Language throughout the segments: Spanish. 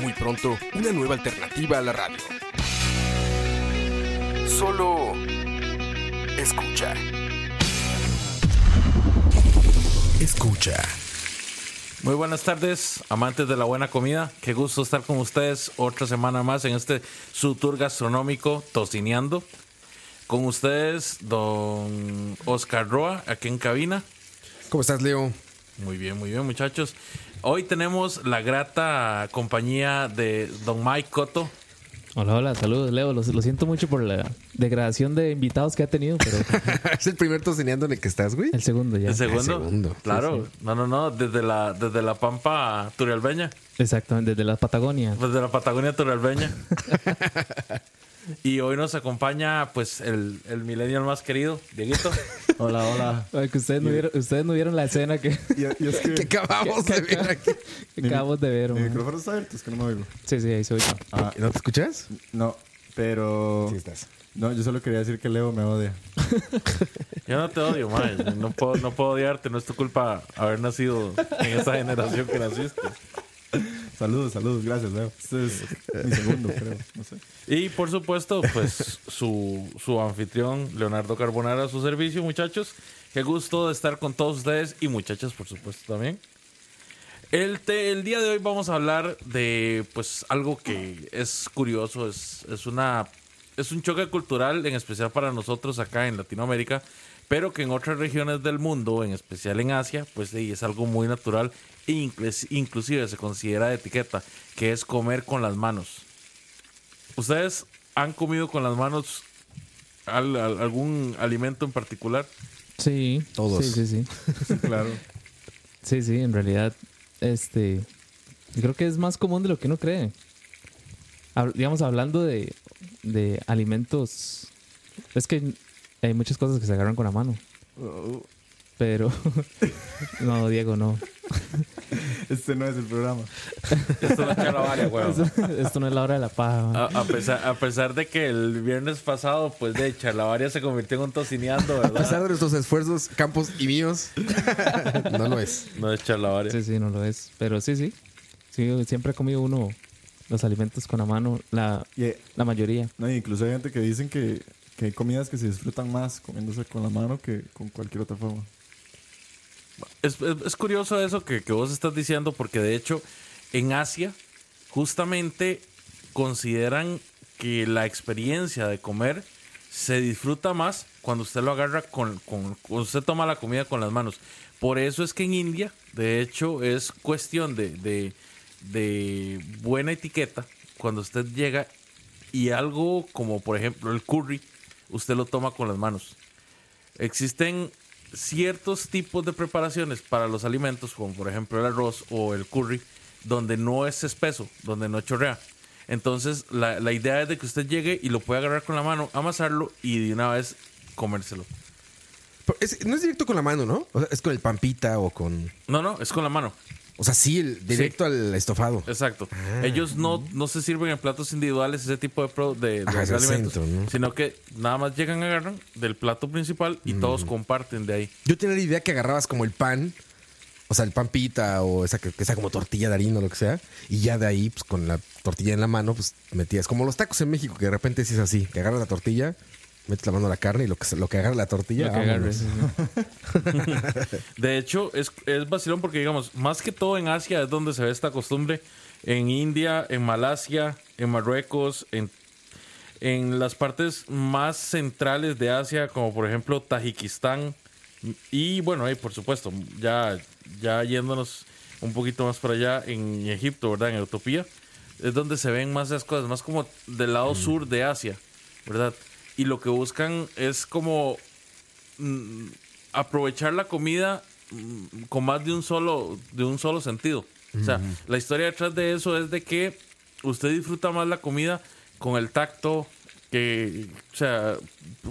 Muy pronto, una nueva alternativa a la radio. Solo escucha. Escucha. Muy buenas tardes, amantes de la buena comida. Qué gusto estar con ustedes otra semana más en este su tour gastronómico Tocineando. Con ustedes, don Oscar Roa, aquí en cabina. ¿Cómo estás, Leo? Muy bien, muy bien, muchachos. Hoy tenemos la grata compañía de don Mike Cotto. Hola, hola, saludos, Leo. Lo, lo siento mucho por la degradación de invitados que ha tenido, pero es el primer tocineando en el que estás, güey. el segundo ya. El segundo. segundo, sí, Claro. No, no, no. Desde la, desde la Pampa Turrialbeña. Exactamente, desde la Patagonia. Desde pues, la Patagonia Turrialbeña. y hoy nos acompaña, pues, el, el millennial más querido, Dieguito. Hola, hola. Ay, que ustedes, no vieron, ustedes no vieron la escena que, Y, y es que. Que acabamos de ver aquí. que acabamos de ver. Mi man. micrófono está abierto, es que no me oigo. Sí, sí, ahí soy yo. Ah, ¿No te escuchas? no, pero. Sí, estás. No, yo solo quería decir que Leo me odia. Yo no te odio, man. No puedo, no puedo odiarte. No es tu culpa haber nacido en esa generación que naciste. Saludos, saludos, gracias, Leo. Este es mi segundo, creo. No sé. Y, por supuesto, pues, su, su anfitrión, Leonardo Carbonara, a su servicio, muchachos. Qué gusto de estar con todos ustedes y muchachas, por supuesto, también. El, te- el día de hoy vamos a hablar de pues algo que es curioso, es, es una es un choque cultural, en especial para nosotros acá en Latinoamérica, pero que en otras regiones del mundo, en especial en Asia, pues sí, es algo muy natural e incles- inclusive se considera de etiqueta, que es comer con las manos. ¿Ustedes han comido con las manos al- al- algún alimento en particular? Sí. Todos. Sí, sí, sí. Claro. Sí, sí, en realidad, este, yo creo que es más común de lo que uno cree. Hab- digamos, hablando de, de alimentos, es que hay muchas cosas que se agarran con la mano, pero... no, Diego, no. Este no es el programa. Esto es la charla varia, weón. Esto no es la hora de la paja. man. A, a pesar, a pesar de que el viernes pasado, pues de charlavaria se convirtió en un tocineando, A pesar ¿verdad? de nuestros esfuerzos, Campos y míos, no lo es. No es charlavaria. Sí, sí, no lo es. Pero sí, sí. Sí, siempre ha comido uno los alimentos con la mano, la, Y, eh, la mayoría. no, y incluso hay gente que dicen que, que hay comidas que se disfrutan más comiéndose con la mano que con cualquier otra forma. Es, es- es curioso eso que, que vos estás diciendo, porque de hecho, en Asia, justamente consideran que la experiencia de comer se disfruta más cuando usted lo agarra con, con- cuando usted toma la comida con las manos. Por eso es que en India, de hecho, es cuestión de, de- de buena etiqueta cuando usted llega y algo como, por ejemplo, el curry, usted lo toma con las manos existen ciertos tipos de preparaciones para los alimentos, como por ejemplo el arroz o el curry, donde no es espeso, donde no chorrea. Entonces, la, la idea es de que usted llegue y lo pueda agarrar con la mano, amasarlo y de una vez comérselo. Pero es- No es directo con la mano, ¿no? O sea, es con el pampita o con. No, no, es con la mano. O sea, sí, el directo al estofado. Exacto. Ah, Ellos no, no se sirven en platos individuales ese tipo de, pro- de, de Ajá, es el alimentos, centro, ¿no? sino que nada más llegan, agarran del plato principal y todos comparten de ahí. Yo tenía la idea que agarrabas como el pan, o sea, el pan pita o esa que, que sea como tortilla de harina o lo que sea, y ya de ahí, pues con la tortilla en la mano, pues metías. Como los tacos en México, que de repente sí es así, que agarras la tortilla, metes la mano a la carne y lo que, se- lo que agarra la tortilla. Lo que agarre, vámonos. sí, sí. De hecho, es, es vacilón porque, digamos, más que todo en Asia es donde se ve esta costumbre. En India, en Malasia, en Marruecos, en, en las partes más centrales de Asia, como por ejemplo Tajikistán. Y bueno, ahí por supuesto, ya, ya yéndonos un poquito más para allá, en Egipto, ¿verdad? En Utopía, es donde se ven más esas cosas, más como del lado sur de Asia, ¿verdad? Y lo que buscan es como mm, aprovechar la comida mm, con más de un solo de un solo sentido. O sea, la historia detrás de eso es de que usted disfruta más la comida con el tacto que, o sea,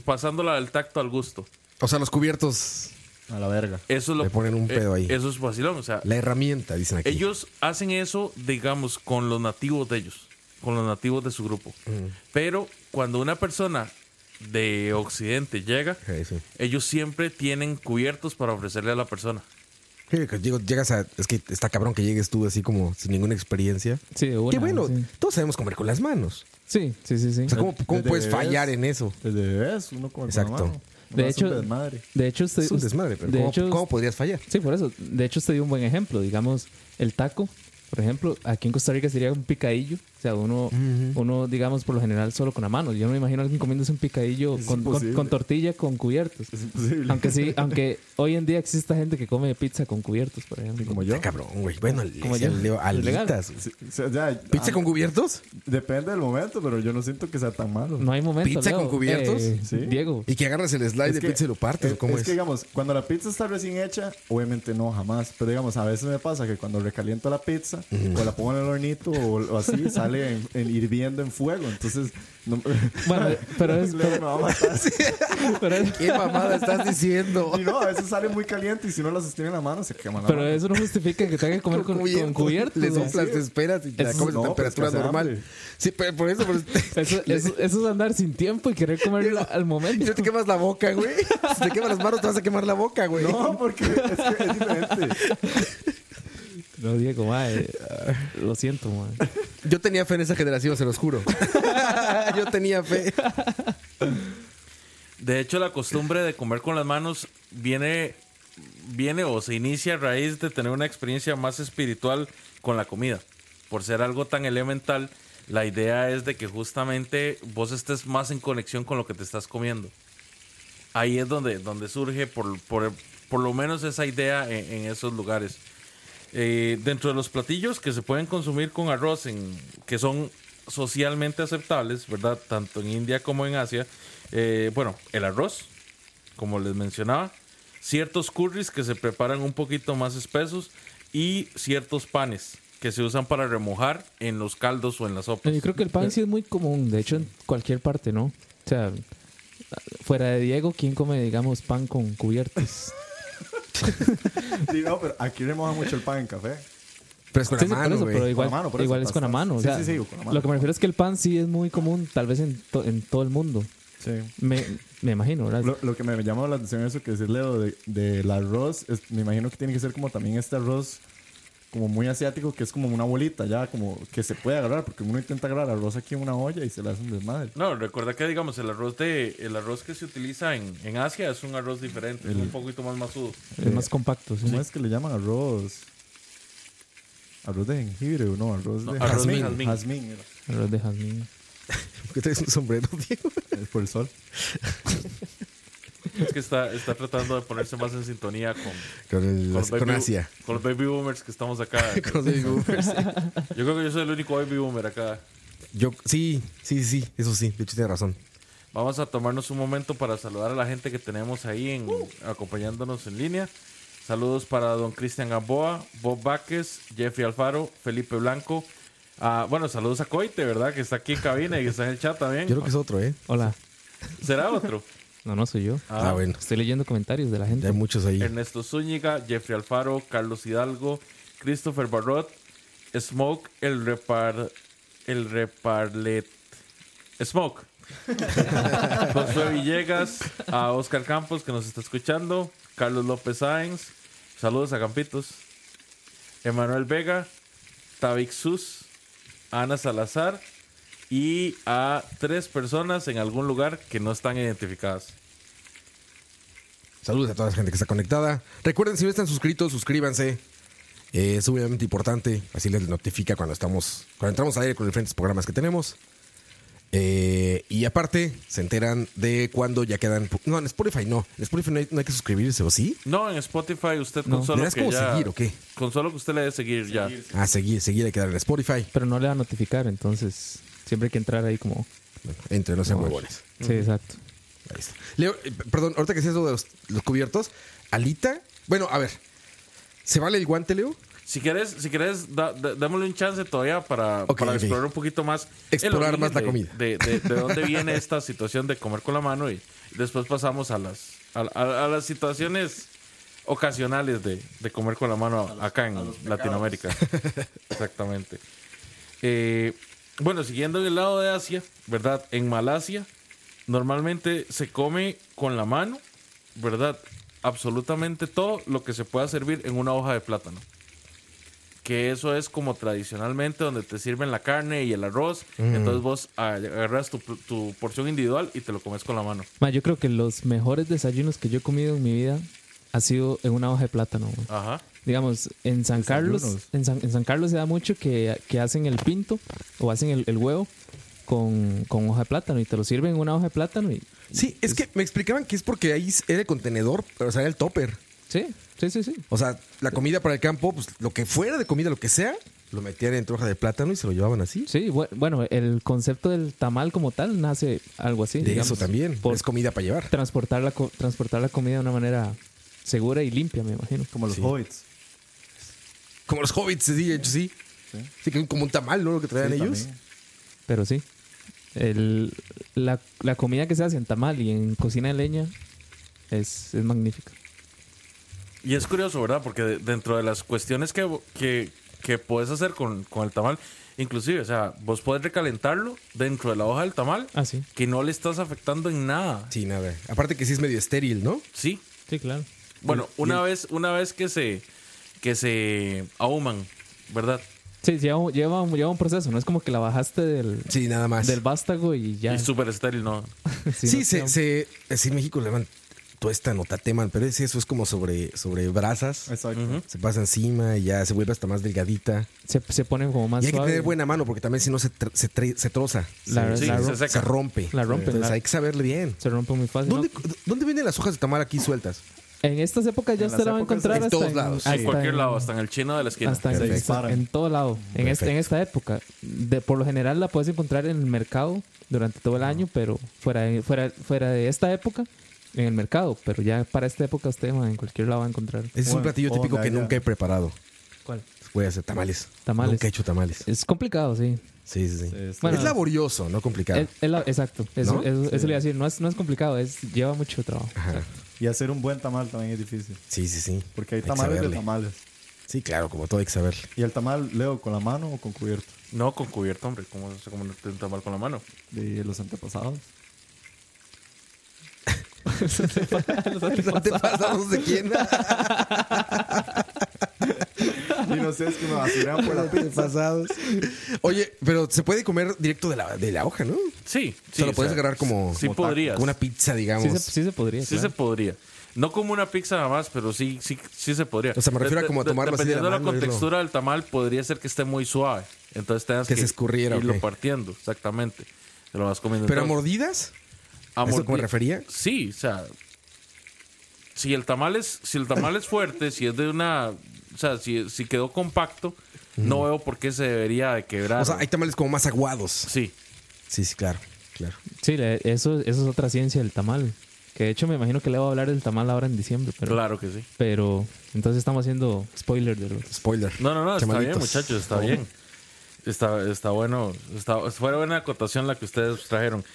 pasándola del tacto al gusto. O sea, los cubiertos, A la verga. Eso es lo eh, Le ponen un pedo ahí. Eso es vacilón, o sea, la herramienta, dicen aquí. ellos hacen eso, digamos, con los nativos de ellos, con los nativos de su grupo. Pero cuando una persona de Occidente llega, Sí, Eh, sí. ellos siempre tienen cubiertos para ofrecerle a la persona. Sí, que digo, llegas a. Es que está cabrón que llegues tú así como sin ninguna experiencia. Sí, de una, que bueno, sí. todos sabemos comer con las manos. Sí, sí, sí, sí. O sea, ¿cómo, cómo Desde puedes bebés. fallar en eso? Desde bebés, uno con el Exacto. De hecho, madre. de hecho, usted- Es un desmadre, pero de ¿cómo, hecho, cómo podrías fallar? Sí, por eso. De hecho, usted dio un buen ejemplo. Digamos, el taco, por ejemplo, aquí en Costa Rica sería un picadillo. O sea, uno, uno digamos, por lo general solo con la mano. Yo no me imagino a alguien comiéndose un picadillo Es con, con- imposible. con tortilla, con cubiertos. Es imposible. Aunque sí, aunque hoy en día exista gente que come pizza con cubiertos, por ejemplo. Como yo. Está cabrón, güey. Bueno, le Como decía yo. al Leo, Legal. alitas. güey. Sí, o sea, ya, ¿Pizza ah, con cubiertos? Depende del momento, pero yo no siento que sea tan malo. No hay momento. ¿Pizza con Leo. cubiertos? Eh, Sí. Diego. Y que agarras el slide de pizza y lo partes. es- ¿o ¿Cómo es es? que digamos, cuando la pizza está recién hecha, obviamente no, jamás. Pero digamos, a veces me pasa que cuando recaliento la pizza, o la pongo en el hornito o, o así, sale en- en hirviendo en fuego. Entonces, no, Bueno, pero es. Leo me va a matar. pero es- ¿Qué mamada estás diciendo? Y no, a veces sale muy caliente y si no la sostiene en la mano, se quema la Pero mano. eso no justifica que tenga que comer con, con cubiertos. Le o sea. soplas, te esperas y te la Eso- comes a no, temperatura pues, que hace normal. hambre. Sí, pero por eso. Por Eso, eso- eso es andar sin tiempo y querer comerlo al momento. Yo te quemas la boca, güey. Si te quemas las manos, te vas a quemar la boca, güey. No, porque es que es diferente. No, Diego, mae. Lo siento, mae. Yo tenía fe en esa generación, se los juro. Yo tenía fe. De hecho, la costumbre de comer con las manos viene, viene o se inicia a raíz de tener una experiencia más espiritual con la comida. Por ser algo tan elemental, la idea es de que justamente vos estés más en conexión con lo que te estás comiendo. Ahí es donde, donde surge por, por, por lo menos esa idea en, en esos lugares. Eh, dentro de los platillos que se pueden consumir con arroz, en, que son socialmente aceptables, ¿verdad? Tanto en India como en Asia. eh, bueno, el arroz, como les mencionaba. Ciertos curries que se preparan un poquito más espesos. Y ciertos panes que se usan para remojar en los caldos o en las sopas. Yo creo que el pan sí es muy común. De hecho, en cualquier parte, ¿no? O sea, fuera de Diego, ¿quién come, digamos, pan con cubiertos? Sí, no, pero aquí remoja mucho el pan en café. Pero es con la Sí, sí, por mano, eso, güey. pero igual, la mano, por eso, igual es con la bastante. mano. o Sí, sea, sí, sí, con la mano. Lo que me refiero es que el pan sí es muy común, tal vez en, to- en todo el mundo. Sí. Me, me imagino, ¿verdad? Lo, lo que me llama la atención eso que decís, Leo, de- del arroz, es- me imagino que tiene que ser como también este arroz como muy asiático, que es como una bolita ya, como que se puede agarrar, porque uno intenta agarrar arroz aquí en una olla y se le hace un desmadre. No, recuerda que digamos el arroz de el arroz que se utiliza en, en Asia es un arroz diferente, es un poquito más masudo. es más compacto. sí. ¿Cómo es que le llaman arroz? ¿Arroz de jengibre o no? Arroz No, de arroz de jazmín. jazmín. Jazmín, era. Arroz de jazmín. ¿Por qué traes un sombrero, Diego? Es por el sol. Es que está, está tratando de ponerse más en sintonía con, Con, el- con, los con baby- Asia. con los baby boomers que estamos acá. Con los baby boomers. Yo creo que yo soy el único baby boomer acá. Yo, sí, sí, sí, eso sí. De hecho, tienes razón. Vamos a tomarnos un momento para saludar a la gente que tenemos ahí en, Uh. acompañándonos en línea. Saludos para don Cristian Gamboa, Bob Vázquez, Jeffrey Alfaro, Felipe Blanco. Ah, bueno, saludos a Coite, ¿verdad? Que está aquí en cabina y que está en el chat Yo también. creo que es otro, ¿eh? Hola. ¿Será otro? No, no soy yo. Ah, bueno. Estoy leyendo comentarios de la Ya hay gente. muchos ahí. Ernesto Zúñiga, Jeffrey Alfaro, Carlos Hidalgo, Christopher Barrot, Smoke, el repar. El reparlet. Smoke. Josué Villegas, a Oscar Campos que nos está escuchando, Carlos López Sáenz, saludos a Campitos, Emanuel Vega, Tavik Sus, Ana Salazar y a tres personas en algún lugar que no están identificadas. Saludos a toda la gente que está conectada. Recuerden, si no están suscritos, suscríbanse. Eh, es sumamente importante. Así les notifica cuando estamos, cuando entramos al aire con los diferentes programas que tenemos. Eh, y aparte, se enteran de cuando ya quedan. pu- No, en Spotify no. En Spotify no hay, no hay que suscribirse, ¿o sí? No, en Spotify usted No. con ¿Le solo das que como ya- seguir o qué? Con solo que usted le dé seguir, ya. Ah, seguir, seguir hay que dar en Spotify. Pero no le va a notificar, entonces siempre hay que entrar ahí como... Bueno, entre no sean huevones. Sí, exacto. Ahí está. Leo, eh, p- perdón, ahorita que decías eso de los, los cubiertos, Alita. Bueno, a ver. ¿Se vale el guante, Leo? Si quieres, si quieres da- da- dámosle un chance todavía para, Ok, para ok. explorar un poquito más. el Explorar origen más la de- comida. De, de- de dónde viene esta situación de comer con la mano y después pasamos a las, a, a- a las situaciones ocasionales de, de comer con la mano acá en Latinoamérica. Exactamente. Eh, bueno, siguiendo en el lado de Asia, ¿verdad? En Malasia normalmente se come con la mano, ¿verdad? Absolutamente todo lo que se pueda servir en una hoja de plátano. Que eso es como tradicionalmente donde te sirven la carne y el arroz. Entonces vos agarras tu, tu porción individual y te lo comes con la mano. Ma, yo creo que los mejores desayunos que yo he comido en mi vida ha sido en una hoja de plátano. güey. Ajá. Digamos, en San Carlos, Desayunos. en San, en San Carlos se da mucho que, que hacen el pinto o hacen el, el huevo con, con hoja de plátano y te lo sirven en una hoja de plátano y Sí, es que me explicaban que es porque ahí era el contenedor, o sea, era el topper. sí, sí, sí, sí. O sea, la comida para el campo, pues lo que fuera de comida, lo que sea, lo metían en hoja de plátano y se lo llevaban así. Sí, bu- bueno, el concepto del tamal como tal nace algo así. De digamos, eso también. Por Es comida para llevar. transportar la, co- transportar la comida de una manera segura y limpia, me imagino. Como los hobbits. Como los hobbits, sí, de hecho, sí. Sí. Sí, que como un tamal, ¿no? Lo que traían Sí, ellos. también. Pero sí, el- la, la comida que se hace en tamal y en cocina de leña es, es magnífica. Y es curioso, ¿verdad? Porque de- dentro de las cuestiones que, que, que puedes hacer con, con el tamal, inclusive, o sea, vos podés recalentarlo dentro de la hoja del tamal, Ah, sí. que no le estás afectando en nada. Sí, nada. Aparte que sí es medio estéril, ¿no? Sí. Sí, claro. Bueno, una vez, una vez que se, que se ahuman, ¿verdad? Sí, lleva, un- lleva, un- lleva un proceso, no es como que la bajaste del, Sí, nada más. del vástago y ya. Y súper estéril, ¿no? Sí, no se, queda- se, sí, en México le llaman tuestan o tateman, pero es eso es como sobre, sobre brasas. Exacto. Se pasa encima y ya se vuelve hasta más delgadita. se, se ponen como más y hay que suave. tener buena mano porque también si no se, tr- se, tre- se troza. La- se, Sí, la- se, se seca. rompe. La rompen, Entonces la- hay que saberle bien. Se rompe muy fácil. ¿no? ¿Dónde, ¿Dónde venden las hojas de tamal aquí sueltas? En estas épocas ya En usted las la va a épocas- encontrar en hasta todos lados. hasta En cualquier en- lado, hasta en el chino de la esquina. Hasta en, Perfecto. hasta en todo lado. En, este- en Perfecto. esta época. De, por lo general la puedes encontrar en el mercado durante todo el año, pero fuera de, fuera, fuera de esta época, en el mercado. Pero ya para esta época usted man, en cualquier lado va a encontrar. Ese es un Bueno, platillo típico onda, que ya. nunca he preparado. ¿Cuál? Voy a hacer tamales. Tamales. Nunca he hecho tamales. Es complicado, sí. Sí, sí, sí. Es- Bueno, es laborioso, no complicado. Es- es la- exacto. Eso, ¿No? eso, eso le iba a decir. No es, no es complicado, es, lleva mucho trabajo. Ajá. Y hacer un buen tamal también es difícil. Sí, sí, sí. Porque hay que tamales de saberle. tamales. Sí, claro, como todo hay que saberle. ¿Y el tamal, Leo, con la mano o con cubierto? No, con cubierto, hombre. ¿Cómo se come un tamal con la mano? De los antepasados. No te pasamos de quién. Y no sé, es que me vacilan por la pizza. pasados. Oye, pero se puede comer directo de la, de la hoja, ¿no? Sí. sí o sea, lo puedes agarrar como, Sí como podrías. una pizza, Sí se, digamos. sí se podría. Sí claro. se podría. No como una pizza nada más, pero sí, sí, sí se podría. O sea, me refiero a como a tomarlo así de la Dependiendo de la, mano, irlo- contextura del tamal, podría ser que esté muy suave. Entonces tengas Que que, se escurriera, irlo ok. partiendo, exactamente. Te lo vas comiendo. pero a entonces. mordidas, A ¿a eso mordi- como me refería? Sí, o sea, si el tamal es, si el tamal es fuerte, si es de una, o sea, si, si quedó compacto, no veo por qué se debería de quebrar. O sea, hay tamales como más aguados. Sí, Sí, sí, claro, claro. Sí, le- eso, eso es otra ciencia del tamal. Que de hecho me imagino que le voy a hablar del tamal ahora en diciembre. Pero, claro que sí. pero entonces estamos haciendo spoiler de los... Spoiler. No, no, no, está bien, Chamalitos. muchachos, está bien. Está, está bueno, está, fue buena acotación la que ustedes trajeron.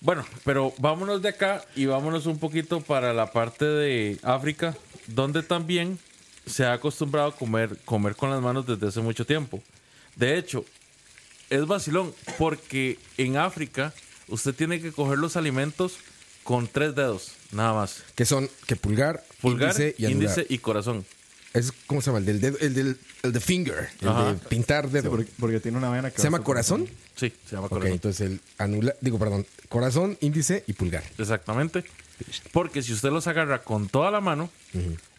Bueno, pero vámonos de acá y vámonos un poquito para la parte de África, donde también se ha acostumbrado a comer, comer con las manos desde hace mucho tiempo. De hecho, es vacilón, porque en África usted tiene que coger los alimentos con tres dedos, nada más. Que son que pulgar, Pulgar, índice y anular. índice y corazón. Es, ¿Cómo se llama? El del dedo, el del el de finger, el Ajá. de pintar Sí, dedo. porque, porque tiene una vena que ¿Se llama va corazón? Sí, se llama Ok, corazón. entonces el anular, digo, perdón, corazón, índice y pulgar. Exactamente. Porque si usted los agarra con toda la mano,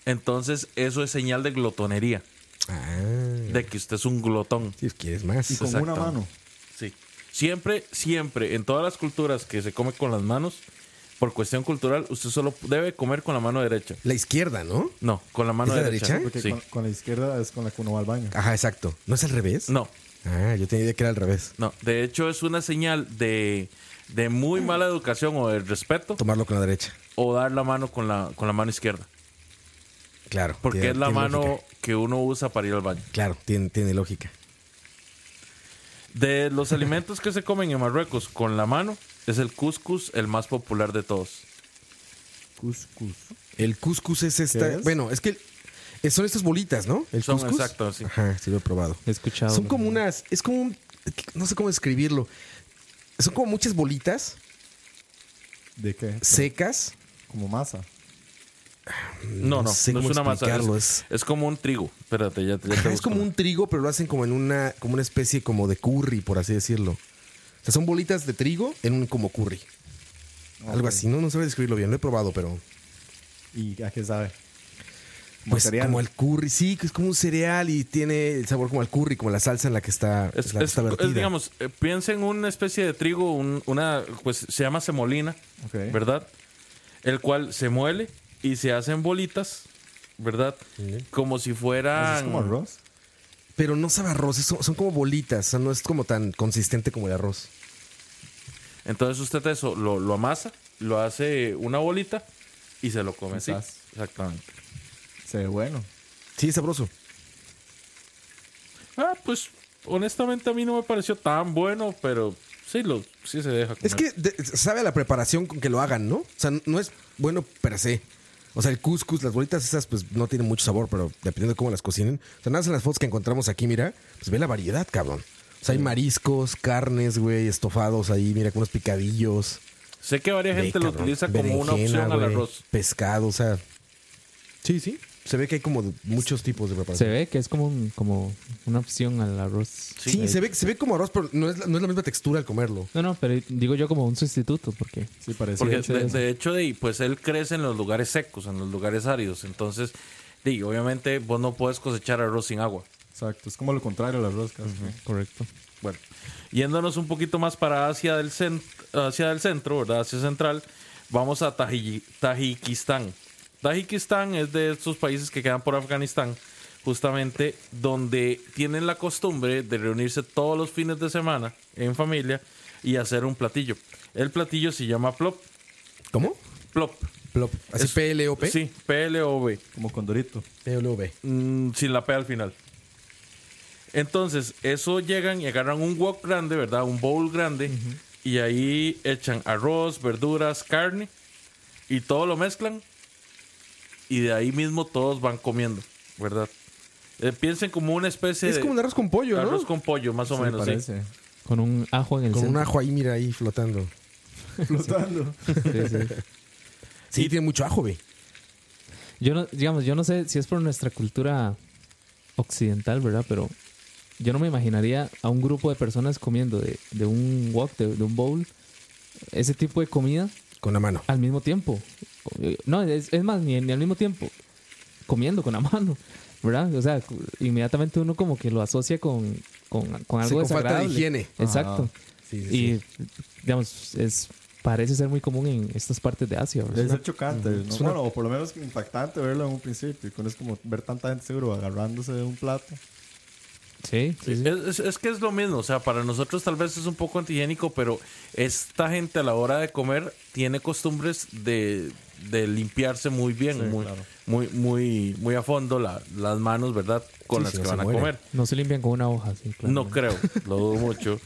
entonces eso es señal de glotonería, Ah, de que usted es un glotón. si quieres más. Y con Exacto. una mano. Sí. Siempre, siempre, en todas las culturas que se come con las manos, por cuestión cultural, usted solo debe comer con la mano derecha. La izquierda, ¿no? No, con la mano ¿Es la derecha. derecha? Porque Sí. con, con la izquierda es con la que uno va al baño. Ajá, exacto. ¿No es al revés? No, Ah, yo tenía idea que era al revés. no. De hecho, es una señal de, de muy mala educación o de respeto Tomarlo con la derecha. o dar la mano con la, con la mano izquierda. Claro. Porque tiene- es la tiene mano lógica. que uno usa para ir al baño. Claro, tiene, tiene lógica. De los alimentos que se comen en Marruecos con la mano, es el couscous el más popular de todos. Cuscus. El couscous es esta. ¿Qué es? Bueno, es que eh, son estas bolitas, ¿no? El Son couscous. exacto, sí. Ajá, sí lo he probado. He escuchado. Son ¿no? como unas. Es como un. No sé cómo describirlo. Son como muchas bolitas ¿De qué? secas. Como masa. No, no, no, Mm, sé es cómo una masa. explicarlo, Es, es como un trigo. Espérate, ya, te- ya te Ajá, es busco. como un trigo, pero lo hacen como en una, como una especie como de curry, por así decirlo. O sea, son bolitas de trigo en un como curry. Algo así, no, no sé describirlo bien, lo he probado, pero. ¿Y a qué sabe? Pues Material. como el curry, sí, que es como un cereal y tiene el sabor como al curry, como la salsa en la que está, Es, la que es- está vertida. es, digamos, eh, piensa en una especie de trigo, un- una, pues se llama semolina, Ok. ¿verdad? El cual se muele y se hacen bolitas, ¿verdad? Como si fueran... Pues ¿Es como arroz? Pero no sabe a arroz, es- son, son como bolitas, o sea, no es como tan consistente como el arroz. Entonces usted eso lo, lo amasa, lo hace una bolita y se lo come así. Quizás. Exactamente. Se ve bueno. Sí, es sabroso. Ah, pues honestamente a mí no me pareció tan bueno, pero sí, lo, sí se deja comer. Es que de- sabe a la preparación con que lo hagan, ¿no? O sea, no es bueno per se. O sea, el couscous, las bolitas esas, pues no tienen mucho sabor, pero dependiendo de cómo las cocinen. O sea, nada más en las fotos que encontramos aquí, mira, pues ve la variedad, cabrón. O sea, hay mariscos, carnes, güey, estofados ahí, mira, con unos picadillos. Sé que varias Ve, gente lo cabrón, utiliza como una berenjena, opción al güey, arroz. Pescado, o sea. Sí, sí. Se ve que hay como de- muchos tipos de preparación. Se ve que es como, un- como una opción al arroz. Sí, se, ve, se ve como arroz, pero no es, la- no es la misma textura al comerlo. No, no, pero digo yo como un sustituto, porque Sí, parece. Porque sí, de, sí. de hecho, de, ahí, pues él crece en los lugares secos, en los lugares áridos. Entonces, de, ahí, obviamente vos no puedes cosechar arroz sin agua. Exacto. Es como lo contrario a las roscas. correcto. Bueno, yéndonos un poquito más para Asia del, cent- hacia del centro, ¿verdad? Asia central, vamos a Taji- Tajikistán. Tajikistán es de estos países que quedan por Afganistán, justamente donde tienen la costumbre de reunirse todos los fines de semana en familia y hacer un platillo. El platillo se llama plop. ¿Cómo? Plop. Plop. Así Es- P-L-O-P. Sí, P-L-O-V. Como condorito. P-L-O-V. Mm, sin la P al final. Entonces, eso llegan y agarran un wok grande, ¿verdad? Un bowl grande. Y ahí echan arroz, verduras, carne. Y todo lo mezclan. Y de ahí mismo todos van comiendo, ¿verdad? Eh, piensen como una especie Es de como un arroz con pollo, ¿no? arroz con pollo, más o Ah, Sí, menos. sí. parece. Con un ajo en el Con un centro. ajo ahí, mira, ahí flotando. Flotando. Sí, sí. Sí, tiene mucho ajo, güey. Yo no, digamos, yo no sé si es por nuestra cultura occidental, ¿verdad? Pero yo no me imaginaría a un grupo de personas comiendo de, de un wok, de, de un bowl, ese tipo de comida Con la Ah, mano. al mismo tiempo. Eh, No, es, es más, ni, ni al mismo tiempo, comiendo con la mano, ¿verdad? O sea, cu- inmediatamente uno como que lo asocia con, con, con Sí, con falta de algo desagradable. higiene. Exacto. Sí, sí, y, digamos, es, parece ser muy común en estas partes de Asia, ¿verdad? Debe ser chocante. ¿no? es una- Bueno, o por lo menos impactante verlo en un principio. Con- Es como ver tanta gente seguro agarrándose de un plato. Sí, sí, sí. Es, es- es que es lo mismo, o sea, para nosotros tal vez es un poco antihigiénico, pero esta gente a la hora de comer tiene costumbres de, de limpiarse muy bien, muy, claro. muy, muy, muy a fondo la- las manos, ¿verdad? Con Sí, las si que no se van a mueren. comer. No se limpian con una hoja, sí, claro. No creo, lo dudo mucho.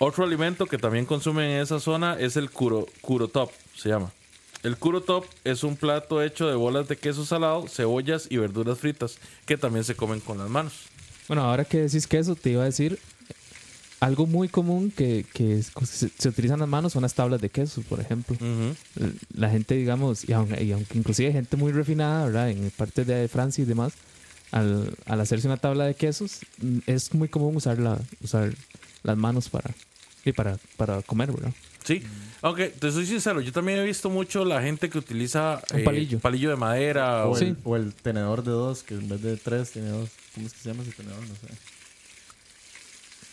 Otro alimento que también consumen en esa zona es el kuro, kurotop, se llama. El kurotop es un plato hecho de bolas de queso salado, cebollas y verduras fritas, que también se comen con las manos. Bueno, ahora que decís que eso, te iba a decir algo muy común que, que es- pues, se, se utilizan las manos son las tablas de queso, por ejemplo. Ujú. La gente, digamos, y aunque, y aunque inclusive gente muy refinada, ¿verdad? En partes de Francia y demás, al, al hacerse una tabla de quesos, mm, es muy común usar, la, usar las manos para, y para, para comer, ¿verdad? Sí, aunque te soy sincero, yo también he visto mucho la gente que utiliza eh, Un palillo. de madera o O, el- Sí. el, o el tenedor de dos, que en vez de tres tiene dos. ¿Cómo es que se llama ese tenedor? No sé.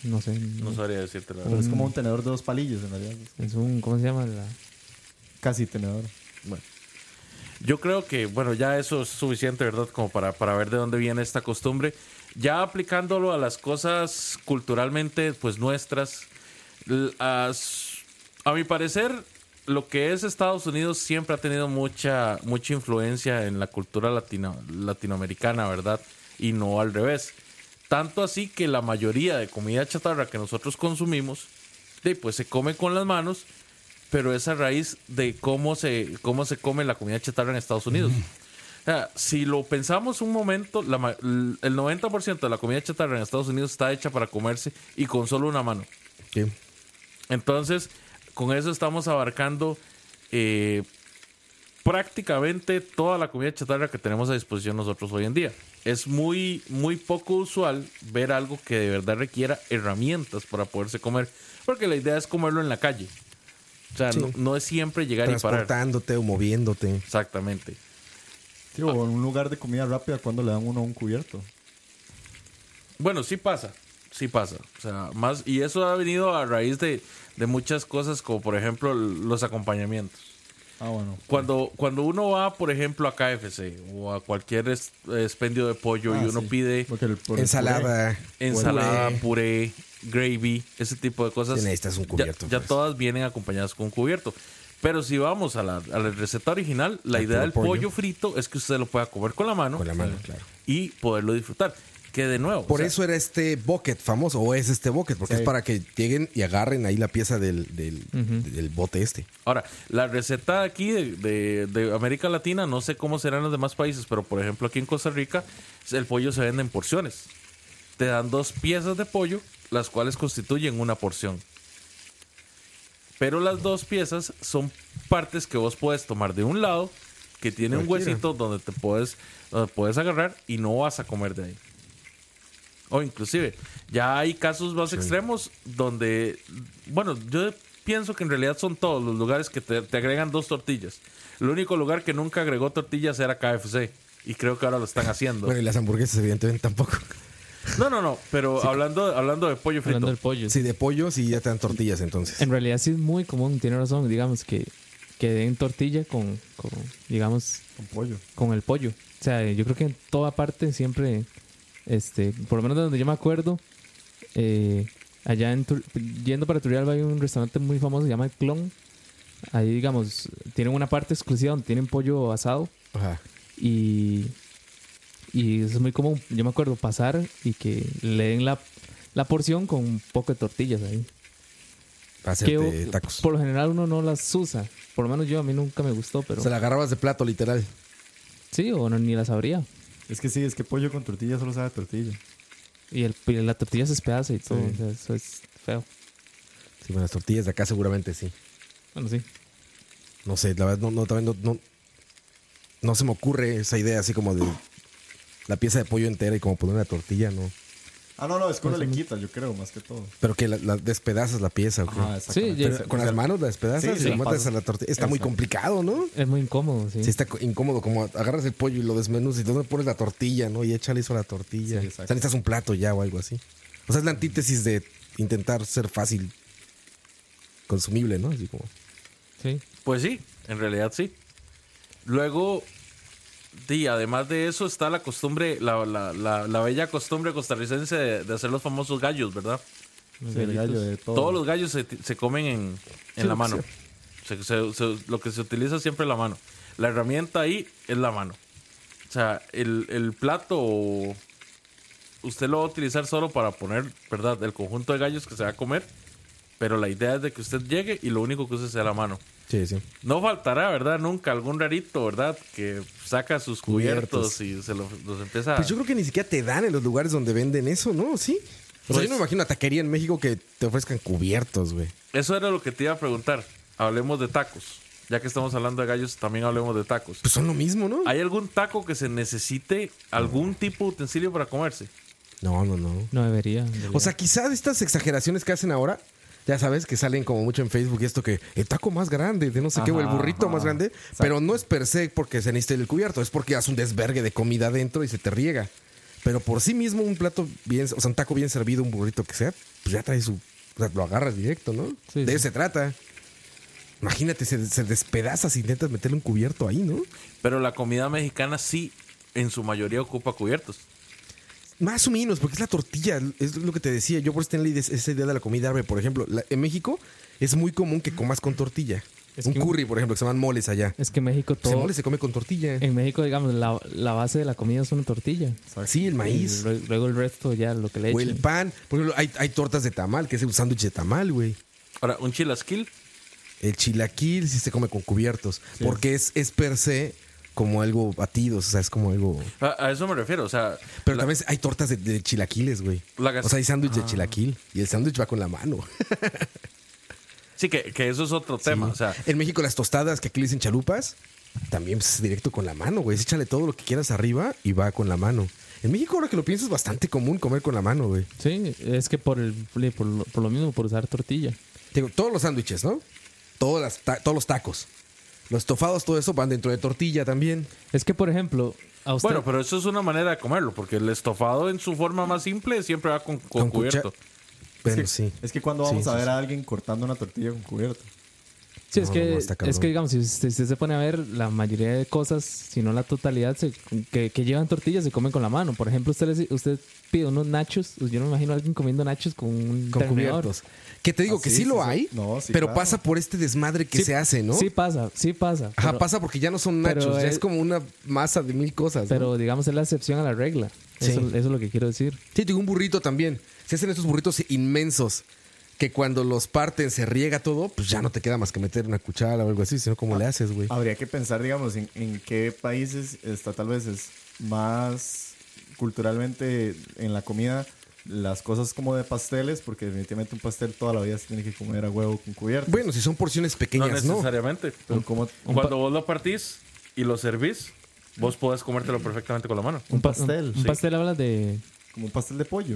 No sé. no sabría decirte la Pero verdad. es como un tenedor de dos palillos en realidad. Es un, ¿cómo se llama? La, Casi tenedor. Yo creo que, bueno, ya eso es suficiente, ¿verdad? Como para, para ver de dónde viene esta costumbre. Ya aplicándolo a las cosas culturalmente, pues nuestras, l- as- a mi parecer, lo que es Estados Unidos siempre ha tenido mucha, mucha influencia en la cultura latino, latinoamericana, ¿verdad? Y no al revés. Tanto así que la mayoría de comida chatarra que nosotros consumimos, de, pues se come con las manos, pero es a raíz de cómo se, cómo se come la comida chatarra en Estados Unidos. O sea, si lo pensamos un momento, la ma- l- el 90% de la comida chatarra en Estados Unidos está hecha para comerse y con solo una mano. Sí. Entonces, con eso estamos abarcando eh, prácticamente toda la comida chatarra que tenemos a disposición nosotros hoy en día. Es muy, muy poco usual ver algo que de verdad requiera herramientas para poderse comer, porque la idea es comerlo en la calle. O sea, Sí. no, no es siempre llegar y parar. Transportándote o moviéndote. Exactamente. Sí, o en un lugar de comida rápida cuando le dan uno un cubierto. Bueno, sí pasa, sí pasa. O sea, más, y eso ha venido a raíz de, de muchas cosas, como por ejemplo los acompañamientos. Ah, bueno. Cuando, cuando uno va, por ejemplo, a KFC o a cualquier es- expendio de pollo Ah, y uno sí. pide Porque el- por el puré. Ensalada. ensalada, Puré. puré, gravy, ese tipo de cosas. Sí, necesitas un ya- cubierto, Ya, pues. todas vienen acompañadas con un cubierto. Pero si vamos a la, a la receta original, la Ah, idea puro del pollo. pollo. frito es que usted lo pueda comer con la mano, Con la mano, claro. y poderlo disfrutar. Que de nuevo. Por o sea, eso era este bucket famoso, o es este bucket, porque Sí. es para que lleguen y agarren ahí la pieza del, del, del bote este. Ahora, la receta aquí de, de- de América Latina, no sé cómo será en los demás países, pero por ejemplo aquí en Costa Rica, el pollo se vende en porciones. Te dan dos piezas de pollo, las cuales constituyen una porción. Pero las dos piezas son partes que vos puedes tomar de un lado, que tiene un Cualquiera. huesito donde te puedes, donde puedes agarrar y no vas a comer de ahí. O inclusive, ya hay casos más extremos donde, bueno, yo pienso que en realidad son todos los lugares que te, te agregan dos tortillas. El único lugar que nunca agregó tortillas era KFC. Y creo que ahora lo están haciendo. Bueno, y las hamburguesas, evidentemente, tampoco. No, no, no, pero hablando, hablando de pollo frito. Hablando del pollo. Si de pollo, sí ya te dan tortillas, entonces. En realidad sí es muy común, tiene razón, digamos, que, que den tortilla con, con, digamos, Con pollo. con el pollo. O sea, yo creo que en toda parte siempre, este, por lo menos de donde yo me acuerdo, eh, allá en Tur- yendo para Turrialba hay un restaurante muy famoso, se llama El Clon. Ahí, digamos, tienen una parte exclusiva donde tienen pollo asado Ajá. y, y eso es muy común. Yo me acuerdo pasar y que le den la, la porción con un poco de tortillas ahí. Para Que hacerte o- tacos. por lo general uno no las usa. Por lo menos yo, a mí nunca me gustó, pero... Se la agarrabas de plato, literal. Sí, o no, ni las abría. Es que sí, es que pollo con tortilla solo sabe a tortilla. Y, el, y la tortilla se espedaza y todo. Sí. o sea, eso es feo. Sí, bueno, las tortillas de acá seguramente sí. Bueno, sí. No sé, la verdad, no, no, también no, no, no se me ocurre esa idea así como de la pieza de pollo entera y como poner una tortilla, ¿no? Ah, no, no, es que uno le quita, yo creo, más que todo. Pero que la, la despedazas la pieza, ¿o qué? Ajá, Sí, exactamente. yo- Pero con las manos la despedazas Sí, y sí, la matas paso. a la tortilla. Está muy Exacto. complicado, ¿no? Es muy incómodo, sí. Sí, está co- incómodo, como agarras el pollo y lo desmenuzas y entonces pones la tortilla, ¿no? Y échale eso a la tortilla. Sí, o sea, exacto. necesitas un plato ya o algo así. O sea, es la antítesis de intentar ser fácil, consumible, ¿no? Así como, Sí. Pues sí, en realidad sí. Luego, y además de eso está la costumbre, la, la- la- la bella costumbre costarricense de, de hacer los famosos gallos, ¿verdad? Sí, el gallo de todo. Todos los gallos se, ti- se comen en, en la mano. Se- se- se- lo que se utiliza siempre es la mano. La herramienta ahí es la mano. O sea, el, el plato usted lo va a utilizar solo para poner, ¿verdad? El conjunto de gallos que se va a comer. Pero la idea es de que usted llegue y lo único que use sea la mano. sí, sí. No faltará, ¿verdad? Nunca algún rarito, ¿verdad? Que saca sus Cubiertos. cubiertos, y se lo- los empieza a... Pues yo creo que ni siquiera te dan en los lugares donde venden eso, ¿no? Sí. O sea, Pues- yo no me imagino una taquería en México que te ofrezcan cubiertos, güey. Eso era lo que te iba a preguntar. Hablemos de tacos. Ya que estamos hablando de gallos, también hablemos de tacos. Pues son lo mismo, ¿no? ¿Hay algún taco que se necesite algún tipo de utensilio para comerse? No, no, no. No debería. en realidad. O sea, quizá de estas exageraciones que hacen ahora, ya sabes que salen como mucho en Facebook esto que el taco más grande, de no sé qué, o el Ajá, burrito ajá. más grande, pero no es per se porque se necesita el cubierto, es porque hace un desvergue de comida adentro y se te riega. Pero por sí mismo un plato bien, o sea, un taco bien servido, un burrito que sea, pues ya trae su, o sea, lo agarras directo, ¿no? Sí, de sí. eso se trata. Imagínate, se, se despedaza si intentas meterle un cubierto ahí, ¿no? Pero la comida mexicana sí, en su mayoría, ocupa cubiertos. Más o menos, porque es la tortilla, es lo que te decía. Yo por eso tenía la ide- esa idea de la comida árabe, por ejemplo. la- en México es muy común que comas con tortilla. Es un que- curry, por ejemplo, que se llaman moles allá. Es que en México Ese todo. mole se come con tortilla. En México, digamos, la, la base de la comida es una tortilla. Sí, el Y maíz. lue- luego el resto ya lo que le O el echen. pan. Por ejemplo, hay, hay tortas de tamal, que es un sándwich de tamal, güey. Ahora, un chilasquil. El chilaquil sí se come con cubiertos. porque es, es per se como algo batido, o sea, es como algo... A, a eso me refiero. O sea, Pero también hay tortas de, de chilaquiles, güey. La gas- O sea, hay sándwich Ah. de chilaquil. Y el sándwich va con la mano. sí, que, que eso es otro tema. O sea, En México las tostadas, que aquí le dicen chalupas, también es directo con la mano, güey. Es Échale todo lo que quieras arriba y va con la mano. En México, ahora que lo pienso, es bastante común comer con la mano, güey. Sí, es que por, el, por, lo, por lo mismo, por usar tortilla. Te Digo, todos los sándwiches, ¿no? Todas las ta- todos los tacos. Los estofados, todo eso van dentro de tortilla también. Es que, por ejemplo, a usted. bueno, pero eso es una manera de comerlo, porque el estofado en su forma más simple siempre va con, Con con cucha- cubierto. Bueno, es que, sí. Es que cuando vamos Sí, a sí, ver sí. a alguien cortando una tortilla con cubierto. sí, es, No, que, no, está cabrón. es que, digamos, si usted, si usted se pone a ver la mayoría de cosas, si no la totalidad, se- que, que llevan tortillas se comen con la mano. Por ejemplo, usted, le- usted pide unos nachos. pues, Yo no me imagino a alguien comiendo nachos con un Con tenedor. cubiertos. Que te digo Ah, que sí, sí, sí, lo sí. hay, No, sí, pero claro. pasa por este desmadre que Sí, se hace, ¿no? Sí pasa, sí pasa. Ajá, pero- pasa porque ya no son pero nachos, ya es- es como una masa de mil cosas. ¿no? Pero digamos es la excepción a la regla. Sí. Eso, eso es lo que quiero decir. Sí, tengo un burrito también. Se hacen estos burritos inmensos que cuando los parten se riega todo, pues ya no te queda más que meter una cuchara o algo así, sino cómo le haces, güey. Habría que pensar, digamos, en, en qué países está tal vez es más culturalmente en la comida las cosas como de pasteles, porque definitivamente un pastel toda la vida se tiene que comer a huevo con cubierto. Bueno, si son porciones No pequeñas, ¿no? necesariamente. Pero como Cuando vos lo partís y lo servís, vos podés comértelo perfectamente con la mano. un pa- pastel, Un, sí. pastel habla de. como un pastel de pollo.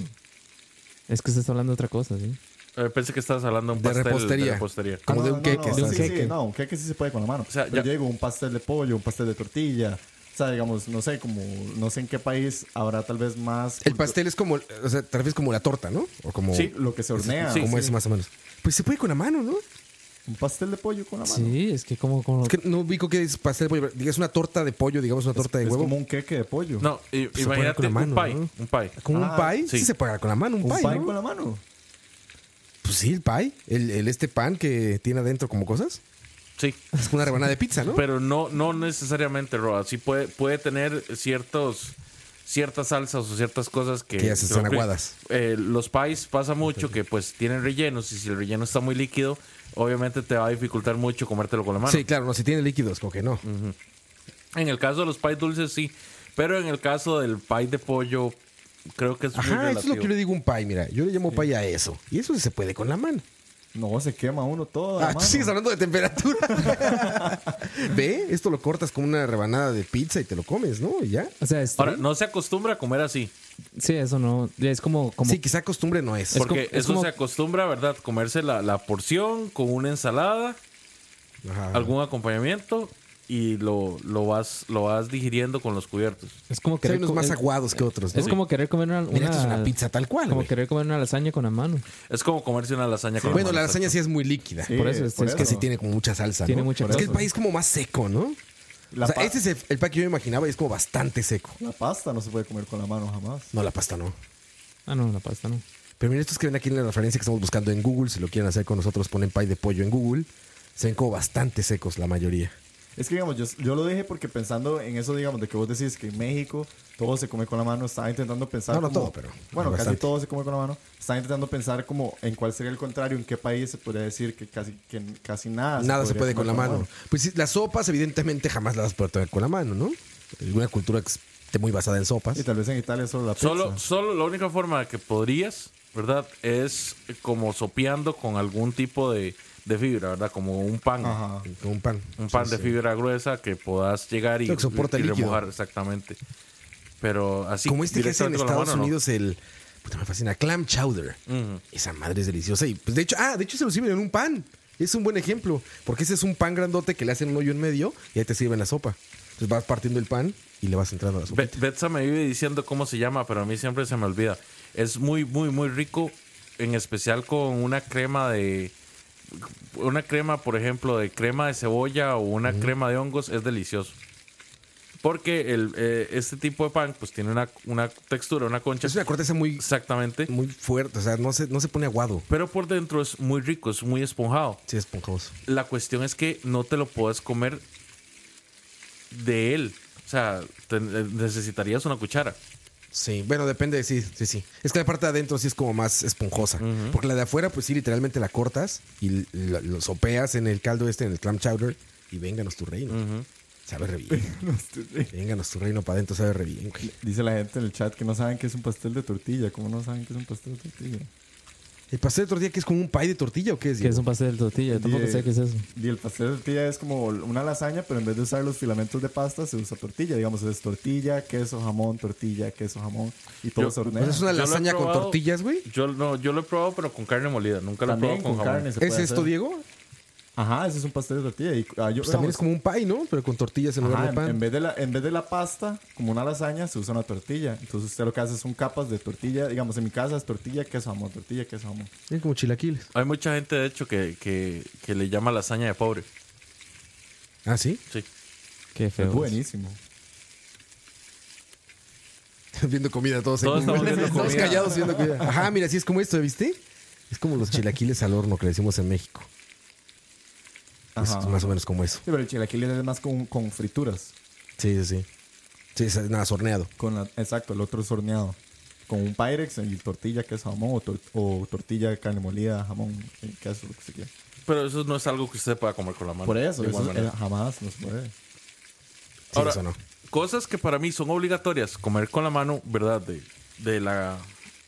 Es que usted está hablando de otra cosa, ¿sí? Eh, pensé que estabas hablando de De un pastel de repostería. repostería. Como Ah, de no, un no, queque. No, está sí, bien. sí, no, un queque sí se puede con la mano. sea, Pero ya- yo digo, un pastel de pollo, un pastel de tortilla. O sea, digamos, no sé, como, no sé en qué país habrá tal vez más. El cultu- pastel es como, o sea, te refieres como la torta, ¿no? O como, Sí, Lo que se hornea. sí, como es más o menos. Pues se puede con la mano, ¿no? Un pastel de pollo con la mano. Sí, es que como. como- Es que no ubico que es pastel de pollo. pero diga, Es una torta de pollo, digamos una torta de es huevo. como un queque de pollo. No, i- Se puede imagínate con la mano, un pie. ¿no? Un pie. Como un Ah, pie, sí. sí. se paga con la mano, un, Un pie, pie ¿no? con la mano. Pues sí, el pie, el, el este pan que tiene adentro como cosas, Sí. es como una rebanada de pizza, ¿no? Pero no, no necesariamente, Roa. Sí puede, puede tener ciertos ciertas salsas o ciertas cosas que... Que ya se están creo que, aguadas. eh, los pies pasa mucho que pues tienen rellenos y si el relleno está muy líquido, obviamente te va a dificultar mucho comértelo con la mano. Sí, claro, no, si tiene líquidos, como que no. En el caso de los pies dulces, sí. Pero en el caso del pie de pollo, creo que es muy Ajá, eso es lo que yo relativo. le digo un pie, mira. Yo le llamo pie a eso. Y eso se puede con la mano. No, se quema uno todo. Ah, hermano. tú sigues hablando de temperatura. Ve, esto lo cortas como una rebanada de pizza y te lo comes, ¿no? Y ya. o sea, es- Ahora, no se acostumbra a comer así. sí, eso no. Es como. como Sí, quizá costumbre no es. Es Porque como- es eso como- se acostumbra, ¿verdad? Comerse la, la porción con una ensalada, Ajá. algún acompañamiento y lo, lo, vas, lo vas digiriendo con los cubiertos. es como Sí, hay querer. unos co- más es- aguados que otros, ¿no? Pues es como querer comer una. Mira, esto es una una- pizza tal cual, Como güey. querer comer una lasaña con la mano. Es como comerse una lasaña con Bueno, mano, la lasaña exacto. sí es muy líquida. Sí, por eso es- es Es que sí tiene como mucha salsa, ¿no? Tiene mucha Es que el cosa. país es como más seco, ¿no? La o sea, pa- este es el, el pack que yo me imaginaba y es como bastante seco. La pasta no se puede comer con la mano jamás. No, la pasta no. Ah, no, la pasta no. Pero miren, estos que ven aquí en la referencia que estamos buscando en Google, si lo quieren hacer con nosotros, ponen pie de pollo en Google. Se ven como bastante secos la mayoría. Es que, digamos, yo, yo lo dije porque pensando en eso, digamos, de que vos decís que en México todo se come con la mano, estaba intentando pensar. No, no como- todo, pero Bueno, casi bastante. todo se come con la mano. Estaba intentando pensar como en cuál sería el contrario, en qué país se podría decir que casi, que casi Ah, nada. Nada se podría puede con la comer mano. Pues sí, las sopas, evidentemente, jamás las vas a poder tomar con la mano, ¿no? Alguna cultura que esté muy basada en sopas. Y tal vez en Italia solo la Solo, pizza. solo la única forma que podrías, ¿verdad? Es como sopeando con algún tipo de, de fibra, ¿verdad? Como un pan. Ajá. Con un pan. Un pan Sí, de sí. fibra gruesa que puedas llegar y, Lo que soporta y el líquido. remojar, exactamente. Pero así. Como este que hace en directamente con la Estados mano, no. Unidos el... Puta, me fascina. Clam chowder. Ujú. Esa madre es deliciosa. Y pues de hecho, ah, de hecho se lo sirven en un pan. Es un buen ejemplo. Porque ese es un pan grandote que le hacen un hoyo en medio y ahí te sirven la sopa. Entonces vas partiendo el pan y le vas entrando a la sopa. Be- Betsa me vive diciendo cómo se llama, pero a mí siempre se me olvida. Es muy, muy, muy rico, en especial con una crema de. Una crema, por ejemplo, de crema de cebolla o una crema de hongos, es delicioso. Porque el, eh, este tipo de pan pues tiene una, una textura, una concha. Es una corteza muy, Exactamente. muy fuerte, o sea, no se, no se pone aguado. Pero por dentro es muy rico, es muy esponjado. Sí, esponjoso. La cuestión es que no te lo puedes comer de él. O sea, te- eh, necesitarías una cuchara. Sí, bueno, depende, sí, sí, sí. Es que la parte de adentro sí es como más esponjosa. Porque la de afuera, pues sí, literalmente la cortas y lo, lo sopeas en el caldo este, en el clam chowder, y vénganos tu reino. Sabe re bien. vénganos tu reino para adentro, sabe re bien, güey. Dice la gente en el chat que no saben que es un pastel de tortilla. ¿Cómo no saben que es un pastel de tortilla? ¿El pastel de tortilla que es como un pie de tortilla o qué es? Que es un pastel de tortilla. Yo tampoco Y, sé qué es eso. Y el pastel de tortilla es como una lasaña, pero en vez de usar los filamentos de pasta, se usa tortilla. Digamos, es tortilla, queso, jamón, tortilla, queso, jamón. Y todo Yo- se Pues hornea. es una Yo lo he lasaña con probado. tortillas, güey. Yo no, yo lo he probado, pero con carne molida. Nunca lo he También probado con, con jamón. carne se ¿Es puede esto, hacer. Diego? Ajá, ese es un pastel de tortilla. Y, ah, Pues también yo- digamos, es como un pie, ¿no? Pero con tortillas en lugar Ajá, de en- pan. en, vez de la, en vez de la pasta, como una lasaña, se usa una tortilla. Entonces usted lo que hace son capas de tortilla. Digamos, en mi casa es tortilla, queso, jamón, tortilla, queso, jamón. Es como chilaquiles. Hay mucha gente, de hecho, que, que, que le llama lasaña de pobre. ¿Ah, sí? Sí. Qué Es feo. buenísimo. viendo comida todos. en Todos estamos Google. viendo Todos comida. callados viendo comida. Ajá, mira, sí es como esto, ¿viste? Es como los chilaquiles al horno que le decimos en México. Es Ajá. más o menos como eso. Sí, pero el chilaquiles es más con, con frituras. Sí, sí, sí. Sí, es nada, sorneado. Con la- exacto, el otro es horneado. Con un Pyrex y tortilla, queso, jamón. O, tor- o tortilla, carne molida, jamón, eh, queso, lo que se quiera. Pero eso no es algo que usted pueda comer con la mano. Por eso, de igual eso es- manera. eh, jamás nos puede. Sí, Ahora, eso no. cosas que para mí son obligatorias, comer con la mano, ¿verdad? De, de la.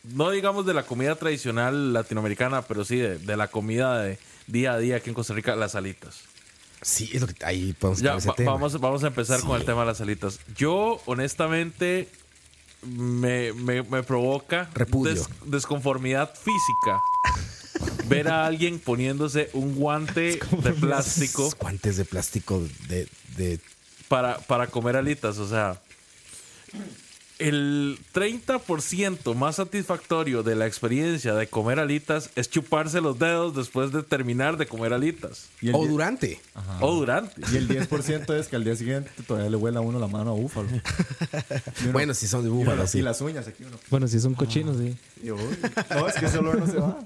No digamos de la comida tradicional latinoamericana, pero sí de, de la comida de día a día aquí en Costa Rica, las alitas. Sí, es lo que ahí podemos Ya, entrar pues, ese va- tema. vamos, vamos a empezar con el tema de las alitas. Yo, honestamente, me, me- me provoca Repudio. desconformidad física ver a alguien poniéndose un guante de plástico Esos Guantes de plástico de, de- para, para comer alitas. O sea, el 30% más satisfactorio de la experiencia de comer alitas es chuparse los dedos después de terminar de comer alitas. Y el, O die- durante. O durante. y el 10% es que al día siguiente todavía le huela a uno la mano a búfalo. Y uno- Bueno, si son de y uno- búfalo, sí. Y las uñas aquí uno. Bueno, si es un cochino, sí. Y yo, uy, no, es que ese olor no se va.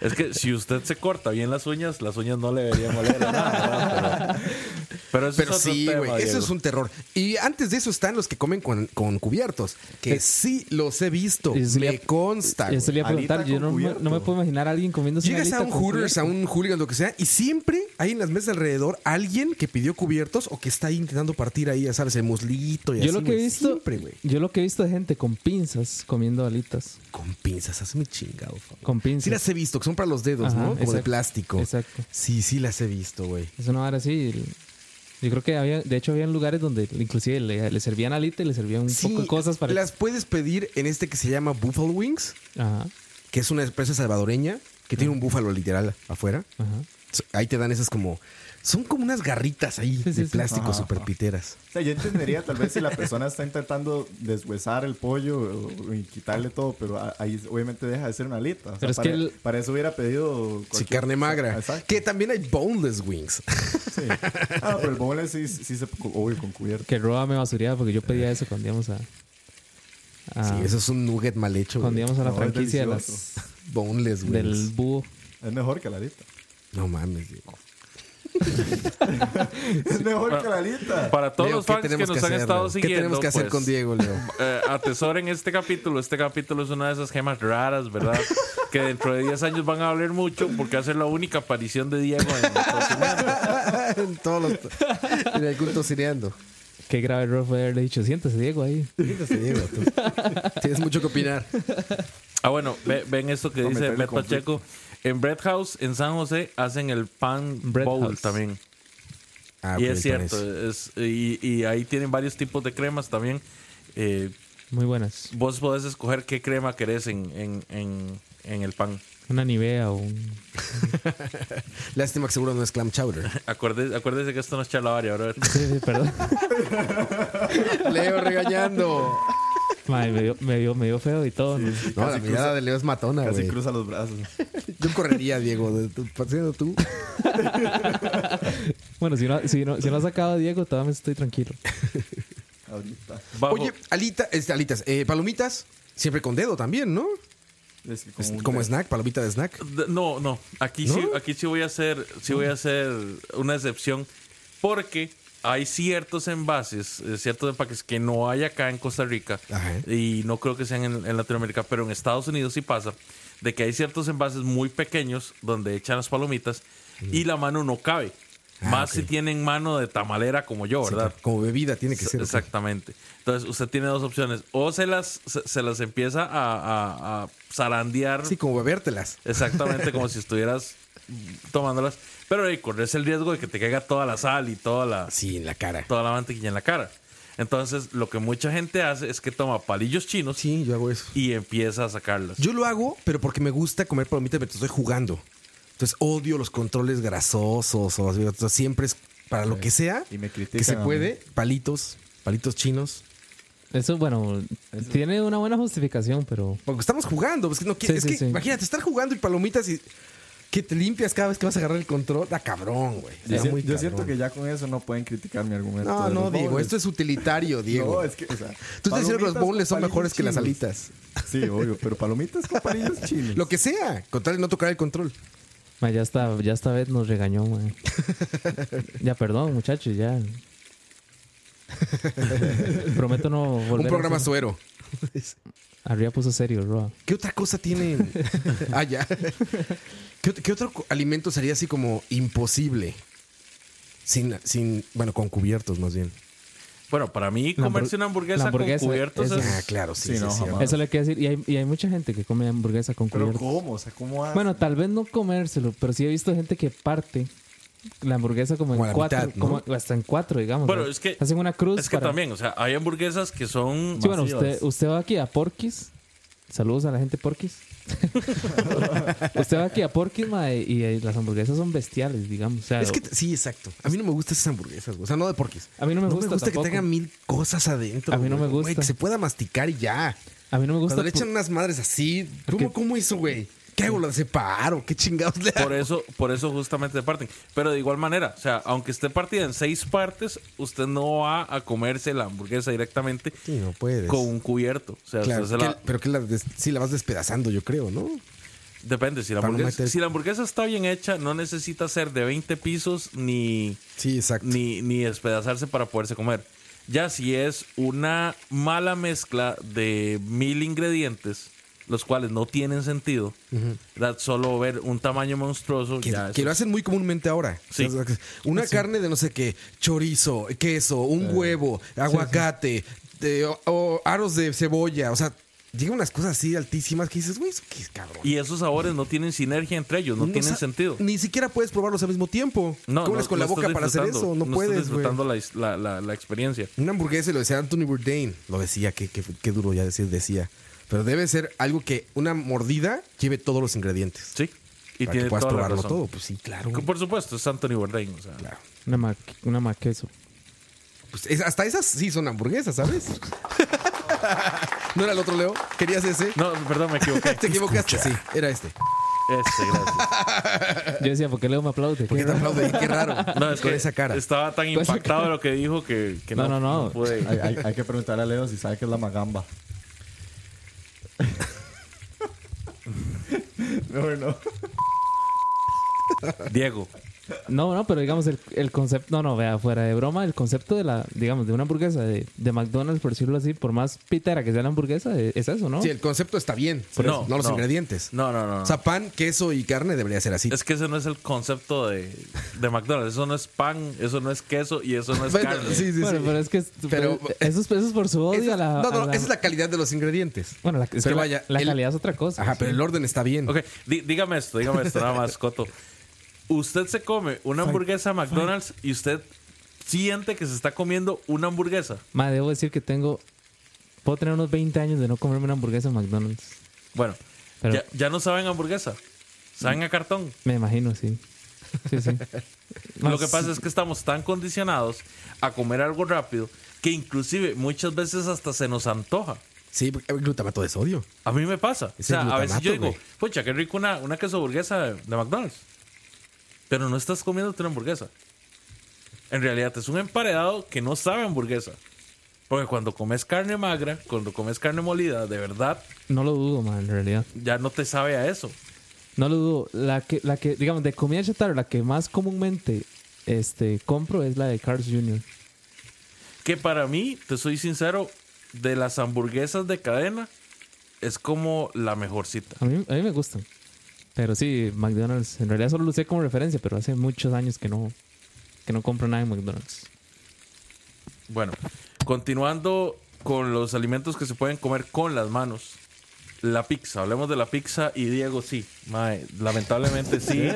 Es que si usted se corta bien las uñas, las uñas no le deberían oler a nada. ¿verdad? Pero, pero eso Pero es otro sí, tema, güey, eso Diego. es un terror. Y antes de eso están los que comen con, con cubiertos, que sí los he visto, Eso le Ah, me iba- consta. Eso le iba a Alita preguntar. Yo con no, me- cubierto. no me puedo imaginar a alguien comiéndose una Llegas a alita un con Hooters, a cubierto. un hooligan, lo que sea, y siempre hay en las mesas alrededor alguien que pidió cubiertos o que está ahí intentando partir ahí, ya sabes, el muslito y Yo así, lo que he güey. visto, Siempre, güey. yo lo que he visto de gente con pinzas comiendo alitas, Con pinzas, hazme chingado, por favor. con pinzas. Sí las he visto, que son para los dedos, Ajá, ¿no? Como de exacto, plástico. Exacto. Sí, sí las he visto, güey. Es una vara así. Yo creo que había, de hecho, había lugares donde inclusive le, le servían alita y le servían un Sí, poco de cosas para. las puedes pedir en este que se llama Buffalo Wings, Ajá, que es una empresa salvadoreña que tiene un búfalo literal afuera. ajá. Ahí te dan esas como... Son como unas garritas ahí Sí, sí, de sí. plástico Ajá, super piteras. O sea, yo entendería tal vez si la persona está intentando deshuesar el pollo o- y quitarle todo, pero a- ahí obviamente deja de ser una alita. O sea, Pero es para, que el- para eso hubiera pedido... Sí, cualquier- carne magra. Exacto. Que también hay boneless wings. Sí. Ah, pero el bowl sí, sí se... Obvio, con cubierto. Que Roa me basureaba porque yo pedía eso cuando íbamos a. a- Sí, eso es un nugget mal hecho. cuando güey. íbamos a la No, es franquicia de delicioso. las, Boneless wings. del búho. Es mejor que la alita. No mames, Diego. Es mejor que la alita. Para todos Leo, los ¿qué fans que tenemos nos han hacer, estado Leo? siguiendo. ¿Qué tenemos que hacer pues, con Diego, Leo? eh, atesoren este capítulo. Este capítulo es una de esas gemas raras, ¿verdad? que dentro de 10 años van a hablar mucho porque va a ser la única aparición de Diego en en todos los. En el culto cineando. Qué grave error fue haberle dicho, siéntese, Diego, ahí. Fíjate, Diego, tú. Tienes mucho que opinar. Ah, bueno, ve- ven esto que No, dice meterle Beth Pacheco. En Bread House, en San José, hacen el pan Bread bowl House. también. Ah, y pues, es cierto. eh. entonces, es- y, y ahí tienen varios tipos de cremas también. Eh, Muy buenas. vos podés escoger qué crema querés en, en- en- en el pan. Una Nivea o un. Lástima que seguro no es clam chowder. Acuérdese, acuérdese que esto no es charlavaria, brother. Sí, sí, perdón. Leo regañando. Madre, me, dio, me, dio, me dio feo y todo. ¿no? No, la mirada de Leo es matona, Casi güey. cruza los brazos. Yo correría, Diego. de- tú- Partiendo tú. Bueno, si no, si, no, si no ha sacado a Diego, todavía estoy tranquilo. ahorita. Bajo- Oye, alita, este, alitas, eh, palomitas, siempre con dedo también, ¿no? Es que Es un- como snack, palomita de snack. D- No, no. Aquí sí, ¿No? aquí sí voy a hacer, sí voy a hacer una excepción. Porque hay ciertos envases, eh, ciertos empaques que no hay acá en Costa Rica. Ajá. Y no creo que sean en, en Latinoamérica, pero en Estados Unidos sí pasa. De que hay ciertos envases muy pequeños donde echan las palomitas y la mano no cabe. Mm. Ah, Más ok. si tienen mano de tamalera como yo, Sí, ¿verdad? como bebida tiene que ser. ok. Exactamente. Entonces usted tiene dos opciones. O se las, se, se las empieza a, a- a zarandear Sí, como bebértelas. Exactamente, como si estuvieras tomándolas. Pero hey, corres el riesgo de que te caiga toda la sal y toda la, Sí, en la cara. toda la mantequilla en la cara. Entonces, lo que mucha gente hace es que toma palillos chinos Sí, yo hago eso. y empieza a sacarlas. Yo lo hago, pero porque me gusta comer palomitas mientras estoy jugando. Entonces odio los controles grasosos. O, o sea, siempre es para lo que sea Y me critican. que se a mí. puede. Palitos, palitos chinos. Eso, bueno, tiene una buena justificación, pero Porque estamos jugando. Es que, no, qui- Sí, es sí, que sí. imagínate, estar jugando y palomitas y que te limpias cada vez que vas a agarrar el control. Da cabrón, güey. Yo, Da siento- muy yo siento que cabrón. ya con eso no pueden criticar mi argumento. No, de no, los Diego. bowls. Esto es utilitario, Diego. No, es que, o sea. Tú estás diciendo que los palomitas bowls son con mejores que las palillos alitas. chinos. Sí, obvio, pero palomitas con palillos chinos. Lo que sea, con tal de no tocar el control. ma, ya esta, ya esta vez nos regañó, ma. Ya, perdón, muchachos, ya. Prometo no volver. Un a programa hacer- suero. Arriba puso serio, Roa. ¿Qué otra cosa tiene? ah, ya. ¿Qué, ot- qué otro co- alimento sería así como imposible? Sin, sin, bueno, con cubiertos más bien. Bueno, para mí, La comerse hamburg- una hamburguesa, la hamburguesa con cubiertos es, es- Ah, claro, sí, Sí, sí, no, sí. jamás. Eso le quiero decir. Y hay, y hay mucha gente que come hamburguesa con Pero cubiertos. ¿cómo? O sea, ¿cómo haces? Bueno, tal vez no comérselo, pero sí he visto gente que parte la hamburguesa como, Como a en la cuatro, mitad, ¿no? como hasta en cuatro, digamos. Bueno, ¿no? es que- hacen una cruz. es que para- también, o sea, hay hamburguesas que son. Sí, bueno, masivas. usted, usted va aquí a Porquis. Saludos a la gente Porquis. usted va aquí a Porquis, mae, y eh, las hamburguesas son bestiales, digamos. O sea, Es que, t- sí, exacto. A mí no me gustan esas hamburguesas, güey. O sea, no de porquis. a mí no me gusta, que tampoco. tengan mil cosas adentro. A mí no güey. me Güey, gusta. que se pueda masticar y ya. A mí no me gusta. Cuando le por- echan unas madres así. ¿Cómo, Porque- cómo hizo, güey? ¿Qué hago? ¿Lo separo? ¿Qué chingados le hago? Por eso, por eso justamente se parten. Pero de igual manera, o sea, aunque esté partida en seis partes, usted no va a comerse la hamburguesa directamente Sí, no puedes. con un cubierto. O sea, Claro, usted se que- la- pero que la des- sí la vas despedazando, yo creo, ¿no? Depende, si la, Para no hamburguesa, meter- si la hamburguesa está bien hecha, no necesita ser de 20 pisos ni, Sí, exacto. ni, ni despedazarse para poderse comer. Ya si es una mala mezcla de mil ingredientes, los cuales no tienen sentido, ¿verdad? solo ver un tamaño monstruoso, Que, ya que eso- lo hacen muy comúnmente ahora. Sí. Eh, Una carne de no sé qué, chorizo, queso, un huevo, aguacate, de- o- o aros de cebolla. O sea, llegan unas cosas así altísimas que dices, güey, eso qué es cabrón. Y esos sabores no tienen sinergia entre ellos, no, O tienen sea, sentido. Ni siquiera puedes probarlos al mismo tiempo. No, ¿Cómo eres no- con no la boca estás para hacer disfrutando, eso? No, estás puedes, güey. disfrutando la, is- la- la- la experiencia. Una hamburguesa, y lo decía Anthony Bourdain. Lo decía, qué, qué- qué duro ya decir, decía. Pero debe ser algo que una mordida lleve todos los ingredientes. Sí. Y para tiene que puedas toda la probarlo razón. todo. Pues sí, claro. Que Por supuesto, es Anthony Bourdain. o sea. Claro. Una, ma una maqueso. Pues es- hasta esas sí son hamburguesas, ¿sabes? ¿No era el otro, Leo? ¿Querías ese? No, perdón, me equivoqué. Te equivocaste, sí. Era este. Este, gracias. Yo decía, ¿por qué Leo me aplaude? Porque te aplaude, qué raro. No, es Con que esa cara. estaba tan Con esa impactado de lo que dijo que, que No, no, no, no. pude. Hay, hay- hay que preguntar a Leo si sabe qué es la magamba. no, no. Diego, No, no, pero digamos, el, el concepto, no, no, vea, fuera de broma, el concepto de la, digamos, de una hamburguesa de, de McDonald's, por decirlo así, por más pitera que sea la hamburguesa, eh, es eso, ¿no? Sí, el concepto está bien. Por no, eso. no los No. ingredientes. no, no, no. no. O sea, pan, queso y carne debería ser así. es que ese no es el concepto de, de McDonald's. Eso no es pan, eso no es queso y eso no es Bueno, carne. sí, sí, Bueno, sí. pero es que es- Pero- pero eso, es, eso es por su odio Esa- a la. no, a no, la- esa es la calidad de los ingredientes. Bueno, la, es Pero que la- vaya, la el- calidad es otra cosa. Ajá, sí. pero el orden está bien. Ok, di- dígame esto, dígame esto, nada más, Coto. Usted se come una hamburguesa a McDonald's y usted siente que se está comiendo una hamburguesa. Ma, debo decir que tengo. Puedo tener unos 20 años de no comerme una hamburguesa en McDonald's. Bueno, Pero- ya, ya no saben hamburguesa, saben a cartón. Me imagino, sí. Sí, sí. Ah, Lo que pasa es que estamos tan condicionados a comer algo rápido que inclusive muchas veces hasta se nos antoja. Sí, porque hay glutamato de sodio. A mí me pasa. Es o sea, el a veces yo glutamato, digo, pucha, qué rico una, una queso hamburguesa de, de McDonald's. Pero no estás comiéndote una hamburguesa. En realidad es un emparedado que no sabe a hamburguesa. Porque cuando comes carne magra, cuando comes carne molida, de verdad, No lo dudo, man, en realidad. ya no te sabe a eso. No lo dudo. La que, la que, digamos, de comida chatarra, la que más comúnmente este, compro es la de Carl's Jr. Que para mí, te soy sincero, de las hamburguesas de cadena, es como la mejorcita. A mí, a mí me gustan. Pero sí, McDonald's. En realidad solo lo usé como referencia, pero hace muchos años que no, que no compro nada en McDonald's. Bueno, continuando con los alimentos que se pueden comer con las manos. La pizza, hablemos de la pizza y Diego sí. Mae, lamentablemente sí.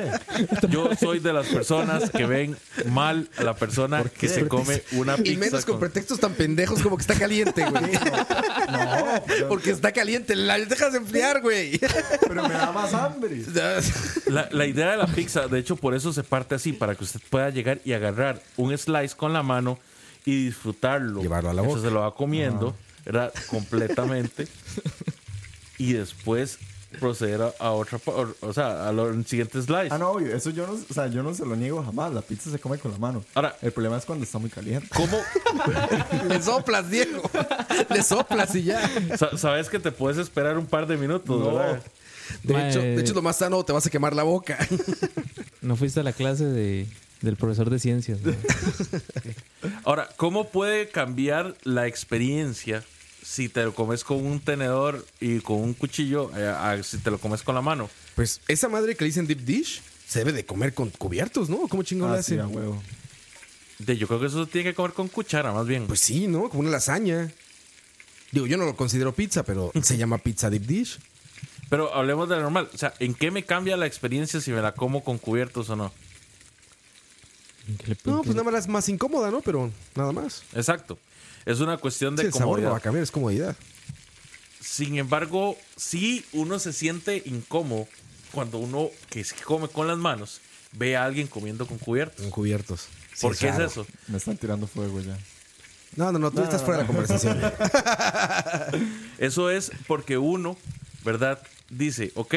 Yo soy de las personas que ven mal a la persona que se come una pizza. Y menos con con- pretextos tan pendejos como que está caliente, güey. No, pero, Porque está caliente. La dejas enfriar, güey. pero me da más hambre. La, la idea de la pizza, de hecho, por eso se parte así, para que usted pueda llegar y agarrar un slice con la mano y disfrutarlo. Llevarlo a la Entonces boca. se lo va comiendo, ¿verdad? Completamente. y después proceder a, a otra, pa- o, o sea, al al siguiente slice. Ah, no, obvio, eso yo no, o sea, yo no se lo niego jamás. La pizza se come con la mano. Ahora- el problema es cuando está muy caliente. ¿Cómo? Le soplas, Diego. Le soplas y ya. sa- Sabes que te puedes esperar un par de minutos, ¿verdad? De Mae. hecho, de hecho, lo más sano te vas a quemar la boca. No fuiste a la clase de, del profesor de ciencias. man. Ahora, ¿cómo puede cambiar la experiencia si te lo comes con un tenedor y con un cuchillo, eh, a- si te lo comes con la mano? Pues esa madre que le dicen deep dish se debe de comer con cubiertos, ¿no? ¿Cómo chingón Ah, la sí, hacen? a huevo. De- yo creo que eso se tiene que comer con cuchara, más bien. Pues sí, ¿no? Como una lasaña. Digo, yo no lo considero pizza, pero se llama pizza deep dish. Pero hablemos de lo normal. O sea, ¿en qué me cambia la experiencia si me la como con cubiertos o no? ¿Qué le- No, qué pues nada más es más incómoda, ¿no? Pero nada más. Exacto. Es una cuestión Sí, de el sabor no va a comodidad. cambiar, es comodidad. Sin embargo, sí uno se siente incómodo cuando uno que se come con las manos ve a alguien comiendo con cubiertos. En cubiertos. Sí, ¿Por qué raro. es eso? Me están tirando fuego ya. No, no, no, tú estás fuera de la conversación. Eso es porque uno, ¿verdad? Dice, ok,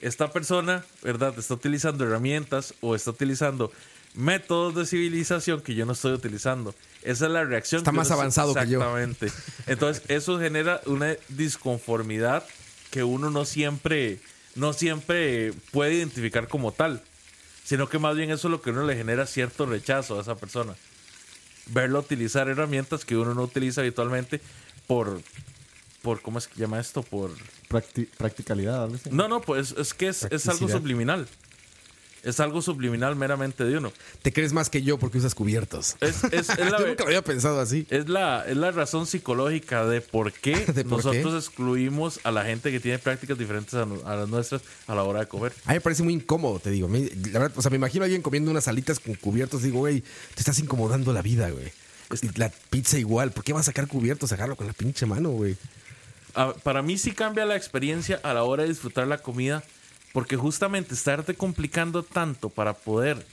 esta persona, ¿verdad? Está utilizando herramientas o está utilizando métodos de civilización que yo no estoy utilizando. Esa es la reacción. Está que más uno- avanzado que yo. Exactamente. Entonces, eso genera una disconformidad que uno no siempre, no siempre puede identificar como tal. Sino que más bien eso es lo que a uno le genera cierto rechazo a esa persona. Verlo utilizar herramientas que uno no utiliza habitualmente por, por ¿cómo es que llama esto? Por Practi- practicalidad, algo así. no, no, pues es que es, es algo Practicidad. subliminal. Es algo subliminal meramente de uno. Te crees más que yo porque usas cubiertos. Es, es- es la, yo nunca lo había pensado así. es, la, es la razón psicológica de por qué ¿De por nosotros excluimos a la gente que tiene prácticas diferentes a, no- a las nuestras a la hora de comer. A mí me parece muy incómodo, te digo. A mí, La verdad, o sea, me imagino a alguien comiendo unas alitas con cubiertos. Digo, güey, te estás incomodando la vida, güey. Y La pizza igual. ¿Por qué vas a sacar cubiertos? Sacarlo con la pinche mano, güey. A- para mí sí cambia la experiencia a la hora de disfrutar la comida, porque justamente estarte complicando tanto para poder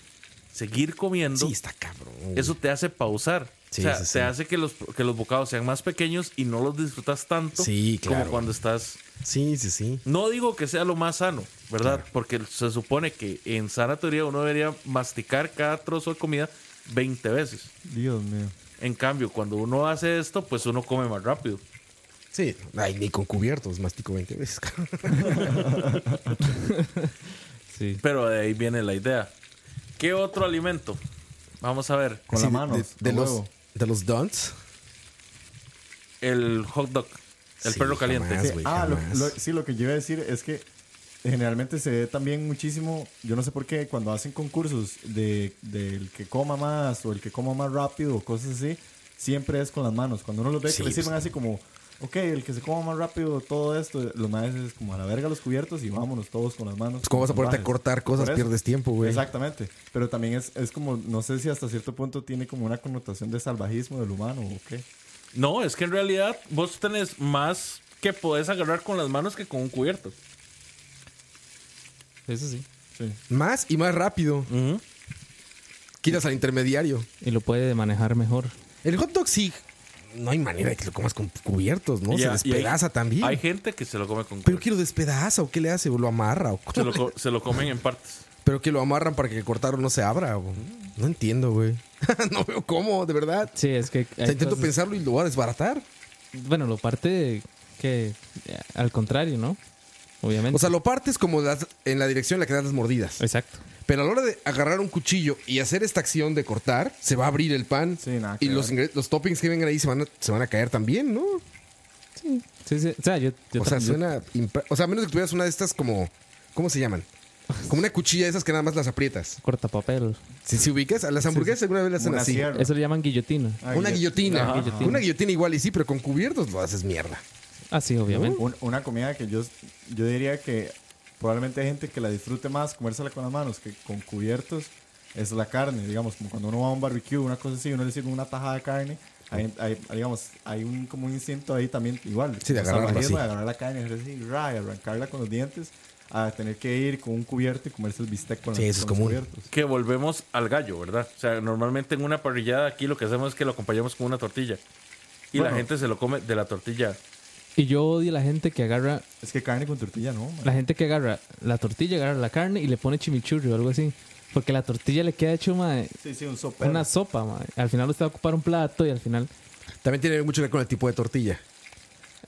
seguir comiendo, Sí, está cabrón. güey. eso te hace pausar. Sí, o sea, sí, sí. te hace que los, que los bocados sean más pequeños y no los disfrutas tanto Sí, claro. como cuando estás Sí, sí, sí. No digo que sea lo más sano, ¿verdad? Porque se supone que en sana teoría uno debería masticar cada trozo de comida 20 veces. Dios mío. En cambio, cuando uno hace esto, pues uno come más rápido. Sí. Ay, ni con cubiertos, mastico 20 veces. cabrón. Sí. Pero de ahí viene la idea. ¿Qué otro alimento? Vamos a ver. Con Sí, la de- mano. De, de los, de los dunts. El hot dog. El Sí, perro caliente. jamás. güey, ah, lo- jamás. lo- sí, lo que yo iba a decir es que generalmente se ve también muchísimo, yo no sé por qué, cuando hacen concursos de, del que coma más o el que coma más rápido o cosas así, siempre es con las manos. Cuando uno los ve Sí, que le pues. sirven así como, ok, el que se coma más rápido, todo esto, los maestros es como a la verga los cubiertos y vámonos todos con las manos. Pues, ¿cómo vas a ponerte a cortar cosas? Por eso. Pierdes tiempo, güey. Exactamente. Pero también es, es como, no sé si hasta cierto punto tiene como una connotación de salvajismo del humano o qué. No, es que en realidad vos tenés más que podés agarrar con las manos que con un cubierto. Eso sí. Sí. Más y más rápido. Quitas al intermediario. Y lo puede manejar mejor. El hot dog sí. No hay manera de que lo comas con cubiertos, ¿no? Y se a- y hay- despedaza también. Hay gente que se lo come con Pero cubiertos. quiero despedaza o qué le hace, o lo amarra o Se lo co- se lo comen en partes. Pero Pero que lo amarran para que el cortaro no se abra. güey. No entiendo, güey. no veo cómo, de verdad. Sí, es que. O hay sea, intento cosas- pensarlo y lo voy a desbaratar. Bueno, lo parte que. eh, Al contrario, ¿no? Obviamente. O sea, lo partes como das- en la dirección en la que das las mordidas. Exacto. Pero a la hora de agarrar un cuchillo y hacer esta acción de cortar, se va a abrir el pan. Sí, nada que y los, ingre- los toppings que vengan ahí se van a, se van a caer también, ¿no? Sí, sí, sí. O sea, yo. yo o sea, tam- yo- suena. impra- O sea, a menos que tuvieras una de estas como. ¿Cómo se llaman? Como una cuchilla de esas que nada más las aprietas. Corta papel. Si se ubicas, a las hamburguesas alguna vez las hacen Una así. sierra. Eso le llaman guillotina. Ah, Una guillot- guillotina. Ajá. Guillotina. Una guillotina igual y sí, pero con cubiertos lo haces mierda. Ah, sí, obviamente. Uh. Un- una comida que yo, yo diría que probablemente hay gente que la disfrute más comérsela con las manos que con cubiertos es la carne, digamos, como cuando uno va a un barbecue, una cosa así, uno le sirve una tajada de carne, hay, hay- digamos, hay un como un instinto ahí también igual, Sí, de como agarrarla salvajismo, así. de agarrar la carne, hacer así, ra, y arrancarla con los dientes, a tener que ir con un cubierto y comerse el bistec con, Sí, los- eso es con común. los cubiertos. Que volvemos al gallo, ¿verdad? O sea, normalmente en una parrillada aquí lo que hacemos es que lo acompañamos con una tortilla. Y la Bueno. gente se lo come de la tortilla. Y yo odio la gente que agarra. Es que carne con tortilla no, man. La gente que agarra la tortilla, agarra la carne y le pone chimichurri o algo así. Porque la tortilla le queda hecho, mae, Sí, sí, un sopa. una sopa, mae. Al final usted va a ocupar un plato y al final. También tiene mucho que ver con el tipo de tortilla.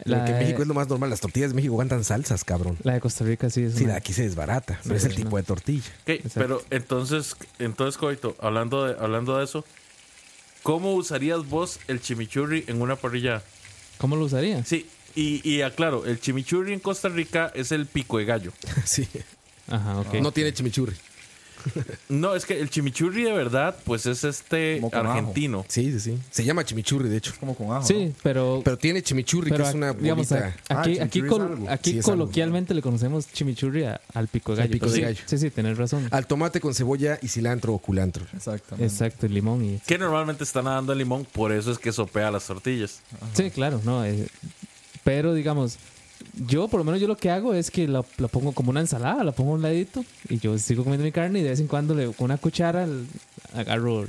La, Porque en de- México es lo más normal. Las tortillas de México aguantan salsas, cabrón. la de Costa Rica sí es. Sí, una- la de aquí se desbarata. Pero es el tipo de tortilla. Ok, pero entonces, entonces Coito, hablando de, hablando de eso, ¿cómo usarías vos el chimichurri en una parrillada? ¿Cómo lo usaría? Sí, y, y aclaro, el chimichurri en Costa Rica es el pico de gallo. Sí. Ajá, ok. No tiene chimichurri. No, es que el chimichurri de verdad, pues es este Como con ajo. argentino. Sí, sí, sí. Se llama chimichurri, de hecho. como con ajo. sí, pero. Pero tiene chimichurri, pero que es una ac- digamos, bolita. ac- aquí, Ah, aquí, chimichurri col- es algo. aquí Sí, es algo. coloquialmente le conocemos chimichurri a- al pico de Al gallo. pico pero de sí, gallo. Ah, Sí, sí, tenés razón. Al tomate con cebolla y cilantro o culantro. ¿no? Exactamente. Exacto, el limón y. Que normalmente está nadando el limón, por eso es que sopea las tortillas. Sí, claro, no. eh, pero digamos, yo por lo menos yo lo que hago es que la, la pongo como una ensalada, la pongo a un ladito y yo sigo comiendo mi carne y de vez en cuando le, con una cuchara l- agarro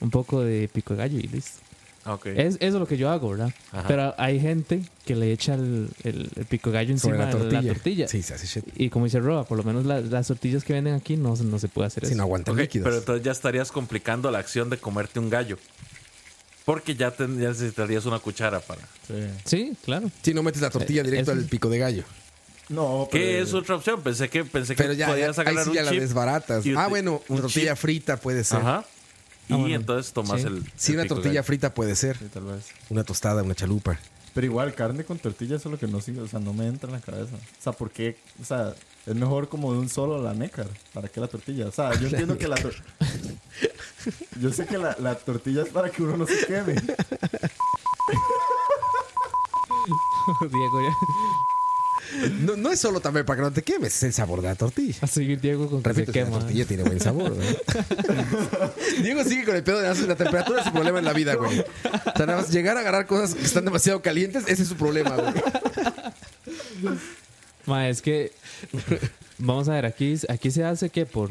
un poco de pico de gallo y listo. Ah, Ok. Es, eso es lo que yo hago, ¿verdad? Ajá. Pero hay gente que le echa el, el- el pico de gallo encima Sobre la tortilla. de la tortilla. Sí, se hace shit. Y como dice Roa, por lo menos la- las tortillas que venden aquí no, no se puede hacer Sin eso. aguantar Ok, líquidos. pero entonces ya estarías complicando la acción de comerte un gallo. Porque ya, ten- ya necesitarías una cuchara para... Sí. Sí, claro. Si no metes la tortilla Eh, directo eso- al pico de gallo. No, pero... ¿Qué es otra opción? Pensé que, pensé que Pero ya, ya- podías ahí agarrar sí un ya la chip desbaratas. y Ah, uti- bueno, un una tortilla chip. frita puede ser. Ajá. Y Ah, bueno. entonces tomas Sí. el... Sí, el una pico de tortilla gallo. frita puede ser. Sí, tal vez. Una tostada, una chalupa. Pero igual, carne con tortilla eso es lo que no sigo, o sea, no me entra en la cabeza. O sea, ¿por qué? O sea, es mejor como de un solo la nécar. ¿Para qué la tortilla? O sea, yo entiendo que la tor- Yo sé que la, la tortilla es para que uno no se queme. Diego, ya- No, no es solo también para que no te quemes, es el sabor de la tortilla. Ah, a seguir Diego con que Repito, se si la quema. tortilla tiene buen sabor. ¿no? Diego sigue con el pedo de la temperatura es su problema en la vida, güey. O sea, nada más llegar a agarrar cosas que están demasiado calientes, ese es su problema, güey. Ma, es que. Vamos a ver, aquí, aquí se hace que por.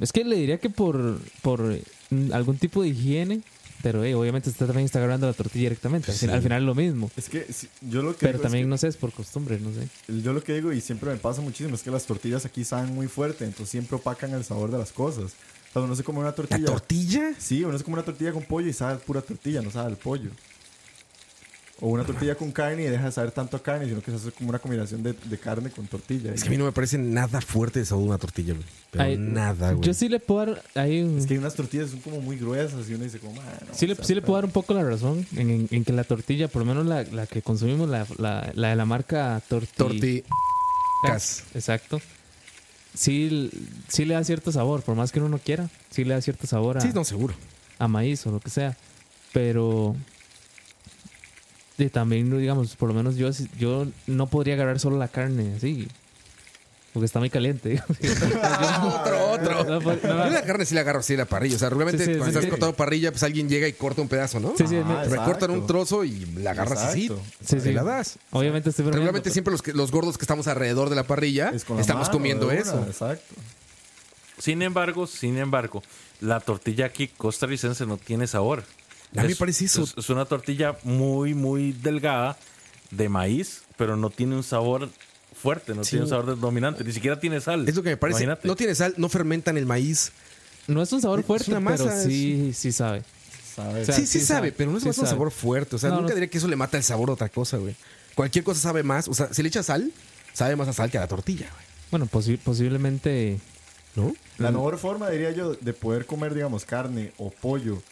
Es que le diría que por, por mm, algún tipo de higiene, pero eh, obviamente usted también está agarrando la tortilla directamente. Al, fin- Sí. al final es lo mismo. Es que si- yo lo que Pero digo es también, que- no sé, es por costumbre, no sé. yo lo que digo y siempre me pasa muchísimo es que las tortillas aquí saben muy fuerte, entonces siempre opacan el sabor de las cosas. O sea, uno se come una ¿La tortilla. tortilla? Sí, uno se come una tortilla con pollo y sabe a pura tortilla, no sabe al pollo. O una tortilla con carne y deja de saber tanto a carne, sino que se hace como una combinación de, de carne con tortilla. Es que a mí no me parece nada fuerte el sabor de una tortilla, güey. Pero Ay, nada, güey. Yo sí le puedo dar. ahí un- Ah, Es que hay unas tortillas que son como muy gruesas y uno dice como, "Ah, no, sí, o le, sea, sí le puedo dar un poco la razón en, en- en que la tortilla, por lo menos la, la que consumimos, la, la, la de la marca Torti. Torti. Cas. Ah. Exacto. Sí, sí le da cierto sabor, por más que uno no quiera. Sí le da cierto sabor a. Sí, no, seguro. a maíz o lo que sea. Pero y también, no, digamos, por lo menos yo, si- yo no podría agarrar solo la carne así. Porque está muy caliente. digamos. otro, otro. No, pues, no, Yo la carne sí la agarro así de la parrilla. O sea, regularmente Sí, sí, cuando sí, estás sí. cortando parrilla, pues alguien llega y corta un pedazo, ¿no? Sí, sí, Ah, me- Pero cortan exacto. un trozo y la agarras Exacto. así. sí, sí. Y la das. Obviamente estoy bromeando, Regularmente pero- siempre los, que- los gordos que estamos alrededor de la parrilla Es con la estamos mano, comiendo de una, eso. Exacto. Sin embargo, sin embargo, la tortilla aquí costarricense no tiene sabor. A mí me parece eso. Es, es una tortilla muy, muy delgada de maíz, pero no tiene un sabor fuerte, no tiene un sabor dominante, ni siquiera tiene sal. Es lo que me parece. Imagínate. No tiene sal, no fermentan el maíz. No es un sabor Es fuerte, una masa, pero sí, sí sabe. ¿sabes? O sea, sí, sí, sí sabe, sabe, pero no es sí más un sabe. sabor fuerte. O sea, No, nunca no- diré que eso le mata el sabor a otra cosa, güey. Cualquier cosa sabe más. O sea, si le echas sal, sabe más a sal que a la tortilla, güey. Bueno, posi- posiblemente. ¿No? La mejor forma, diría yo, de poder comer, digamos, carne o pollo,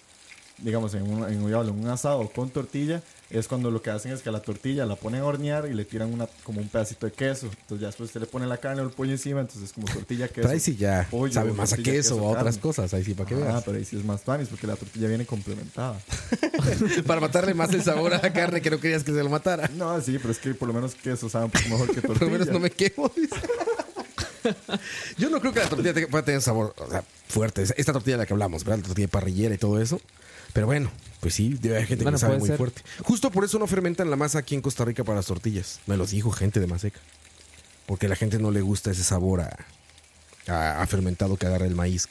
digamos, en un, en un, diablo, en un asado con tortilla, es cuando lo que hacen es que la tortilla la ponen a hornear y le tiran una, como un pedacito de queso. Entonces ya después usted le pone la carne o el pollo encima, entonces como tortilla, queso. Pero ahí sí ya pollo, sabe más a tortilla, queso o a otras carne. cosas. Ahí sí, para que Ah, veas. pero ahí sí es más tuanis porque la tortilla viene complementada. para matarle más el sabor a la carne que no querías que se lo matara. No, sí, pero es que por lo menos queso sabe un poco mejor que tortilla. Por lo menos no me quemo. dice. Yo no creo que la tortilla te- pueda tener sabor o sea, fuerte. Es- Esta tortilla de la que hablamos, ¿verdad? La tortilla parrillera y todo eso. Pero bueno, pues sí, debe haber gente que Bueno, le sabe puede muy ser. fuerte. Justo por eso no fermentan la masa aquí en Costa Rica para las tortillas. Me los dijo gente de Maseca. Porque a la gente no le gusta ese sabor a, a- a fermentado que agarra el maíz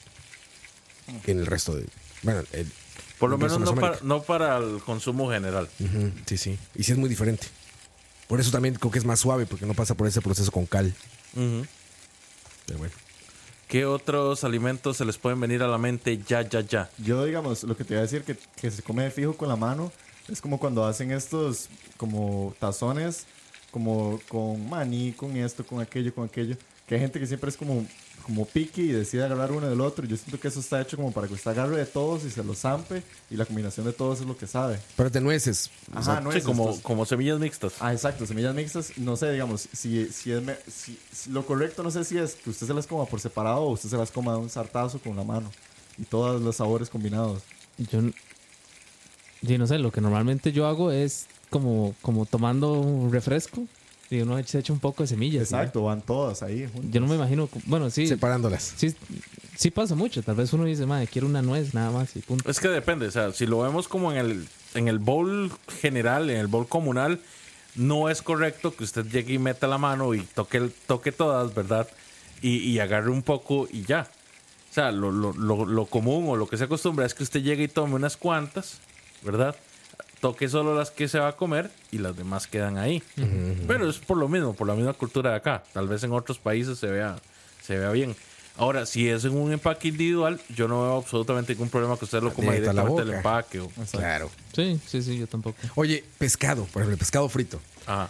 en el resto de. Bueno, el- Por lo en el resto menos de no para, Mesoamérica. no para el consumo general. Ujú, sí, sí. Y sí es muy diferente. Por eso también creo que es más suave, porque no pasa por ese proceso con cal. Ujú. Pero bueno. ¿Qué otros alimentos se les pueden venir a la mente ya, ya, ya? Yo, digamos, lo que te iba a decir que, que se come de fijo con la mano es como cuando hacen estos como tazones, como con maní, con esto, con aquello, con aquello. Que hay gente que siempre es como, como piqui y decide agarrar uno del otro. Yo siento que eso está hecho como para que usted agarre de todos y se los zampe y la combinación de todos es lo que sabe. Pero de nueces. Ajá, no Sí, es como, estos- como semillas mixtas. Ah, exacto, semillas mixtas. No sé, digamos, si, si es me- si- si lo correcto, no sé si es que usted se las coma por separado o usted se las coma de un sartazo con la mano y todos los sabores combinados. Yo. n- sí, no sé, lo que normalmente yo hago es como, como tomando un refresco y uno se echa un poco de semillas. Exacto, van todas ahí. ¿no? juntas. Yo no me imagino. Bueno, sí. Separándolas. Sí, sí pasa mucho. Tal vez uno dice, madre, quiero una nuez nada más y punto. Es que depende, o sea, si lo vemos como en el, en el bowl general, en el bowl comunal, no es correcto que usted llegue y meta la mano y toque, el- toque todas, ¿verdad? Y, y agarre un poco y ya. O sea, lo, lo- lo- lo común o lo que se acostumbra es que usted llegue y tome unas cuantas, ¿verdad? Toque solo las que se va a comer y las demás quedan ahí. Pero es por lo mismo, por la misma cultura de acá. Tal vez en otros países se vea, se vea bien. Ahora, si es en un empaque individual, yo no veo absolutamente ningún problema que usted lo coma Neta, la directamente del boca. empaque. o- Claro. Sí, sí, sí, yo tampoco. Oye, pescado, por ejemplo, pescado frito. Ajá.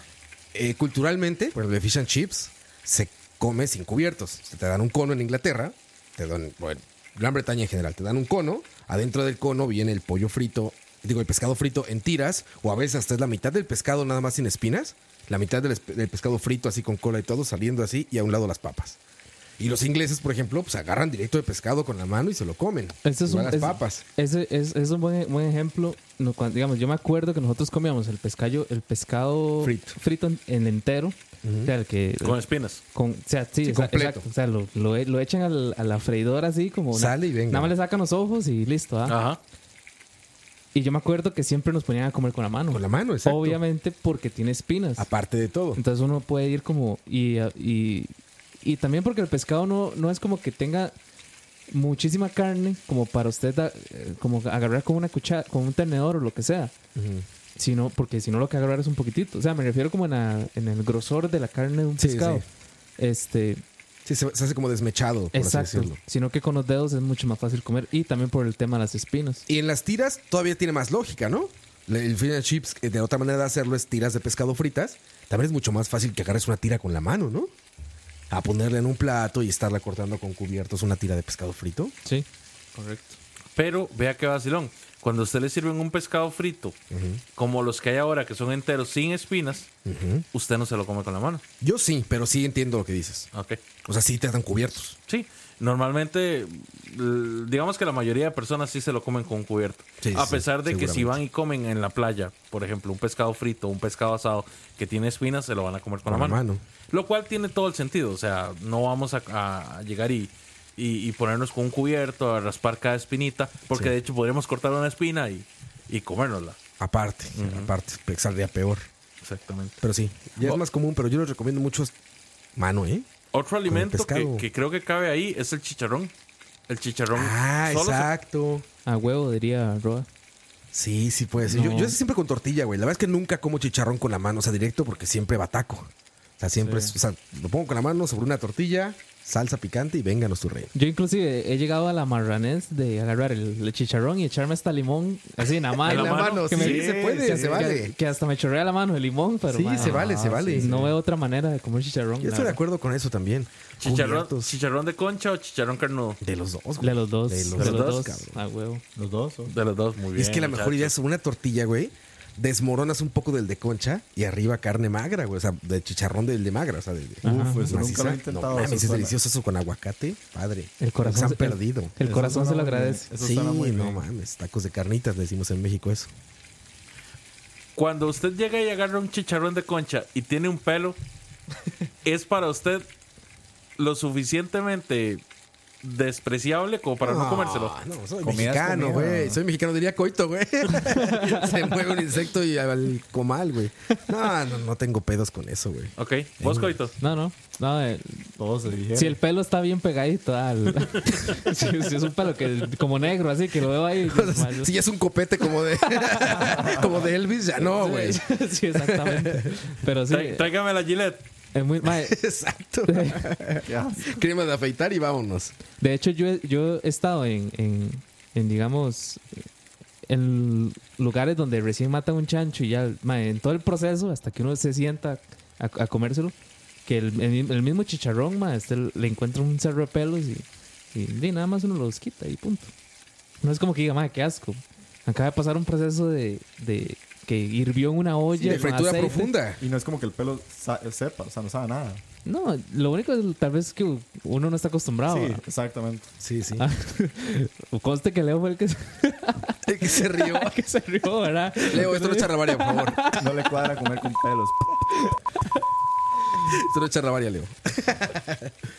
Eh, culturalmente, por ejemplo, el fish and chips se come sin cubiertos. Se te dan un cono en Inglaterra, te dan, bueno, Gran Bretaña en general, te dan un cono, adentro del cono viene el pollo frito, digo, el pescado frito en tiras, o a veces hasta es la mitad del pescado nada más sin espinas, la mitad del, espe- del pescado frito así con cola y todo, saliendo así, y a un lado las papas. Y los ingleses, por ejemplo, pues agarran directo de pescado con la mano y se lo comen. Ese es Igual un, las es- papas. Ese es, es un buen, buen ejemplo. No, cuan- digamos, yo me acuerdo que nosotros comíamos el pescado, el pescado Frito. en, en entero. O sea, el que. Con espinas. con- o sea, sí, Sí, exa- completo. exacto. O sea, lo, lo e- lo echan al- a la freidora así como. na- Sale y venga. Nada más le sacan los ojos y listo. ¿ah? Ajá. Y yo me acuerdo que siempre nos ponían a comer con la mano. Con la mano, exacto. Obviamente porque tiene espinas. Aparte de todo. Entonces uno puede ir como. Y, y, y también porque el pescado no, no es como que tenga muchísima carne como para usted da- eh, como agarrar con una cuchara, con un tenedor o lo que sea. Sino, porque si no lo que agarrar es un poquitito. O sea, me refiero como en, la- en el grosor de la carne de un Sí, pescado. sí. Este, Sí, se, se hace como desmechado, por así exacto. decirlo. Sino que con los dedos es mucho más fácil comer. Y también por el tema de las espinas. Y en las tiras todavía tiene más lógica, ¿no? Le- El fish and chips, eh, de otra manera de hacerlo es tiras de pescado fritas. También es mucho más fácil que agarres una tira con la mano, ¿no? A ponerla en un plato y estarla cortando con cubiertos una tira de pescado frito. Sí. Pero vea qué vacilón. Cuando a usted le sirven un pescado frito, como los que hay ahora, que son enteros sin espinas, usted no se lo come con la mano. Yo sí, pero sí entiendo lo que dices. Ok. O sea, sí te dan cubiertos. Sí, normalmente, l- digamos que la mayoría de personas sí se lo comen con cubierto. Sí, a sí, pesar de que si seguramente. van y comen en la playa, por ejemplo, un pescado frito, un pescado asado que tiene espinas, se lo van a comer con, la, mano. Lo cual tiene todo el sentido. O sea, no vamos a, a llegar y, y- y ponernos con un cubierto a raspar cada espinita, porque de hecho podríamos cortar una espina y, y comérnosla. Aparte, aparte, pe- saldría peor. Exactamente. Pero sí, ya O- es más común, pero yo les recomiendo mucho es- mano, ¿eh? Otro alimento que, pescado. que creo que cabe ahí es el chicharrón. El chicharrón Ah, solo se- exacto. A huevo, diría Roa. Sí, sí puede ser. Yo, No. yo siempre con tortilla, güey. La verdad es que nunca como chicharrón con la mano, o sea, directo porque siempre bataco. O sea, siempre es, o sea, lo pongo con la mano sobre una tortilla, salsa picante y vénganos tu reino. Yo inclusive he llegado a la marranés de agarrar el, el chicharrón y echarme hasta limón así en la mano. En la mano, que sí, se puede, se que- vale. Que hasta me chorrea la mano el limón, pero Sí, ma, se vale, se vale. No veo otra manera de comer chicharrón. Yo la estoy de verdad. acuerdo con eso también. Chicharrón, Cubiertos chicharrón de concha o chicharrón carnudo. De los dos, güey. De los dos. De De los los, dos, dos, cabrón. a huevo. Los dos. ¿o? De los dos, muy bien. Y es que la mejor muchachos. idea es una tortilla, güey. Desmoronas un poco del de concha y arriba carne magra, güey. O sea, de chicharrón del de magra. O sea, del de. Uf, eso maciza. nunca lo he intentado. No, mames, eso es suena- delicioso eso con aguacate. Padre. El corazón Se han se- perdido. El Eso corazón se suena lo muy agradece. bien. Eso sí, suena muy no bien. mames. Tacos de carnitas, le decimos en México eso. Cuando usted llega y agarra un chicharrón de concha y tiene un pelo, es para usted lo suficientemente despreciable como para no comérselo. Ah, No, soy Comida es mexicano, comida. güey. Soy mexicano, diría coito, güey. Se mueve un insecto y al comal, güey. No, no, no tengo pedos con eso, güey. Ok, vos, Coito. No, no. no el- Todos se dijeron. si el pelo está bien pegadito al. si, si es un pelo que como negro, así que lo veo ahí. O sea, si ya es un copete como de como de Elvis, ya no, güey. sí, exactamente. Pero sí, Trá- Tráigame la Gillette. es muy. ma, Exacto. Crema de afeitar y vámonos. De hecho, yo he, yo he estado en, en, en, digamos, en lugares donde recién matan un chancho y ya, mae, en todo el proceso, hasta que uno se sienta a, a comérselo, que el, el- el mismo chicharrón, mae, este, le encuentra un cerro de pelos y, y, y nada más uno los quita y punto. No es como que diga, mae, qué asco. Acaba de pasar un proceso de, de que hirvió en una olla. de con fritura aceite. profunda. Y no es como que el pelo sa- sepa, o sea, no sabe nada. No, lo único es, tal vez que uno no está acostumbrado. sí, exactamente. Sí, sí. a- Conste que Leo fue el que se- El que se rió. que se rió, ¿verdad? Leo, esto no es charrabaria, por favor. No le cuadra comer con pelos. Esto no es charrabaria, Leo.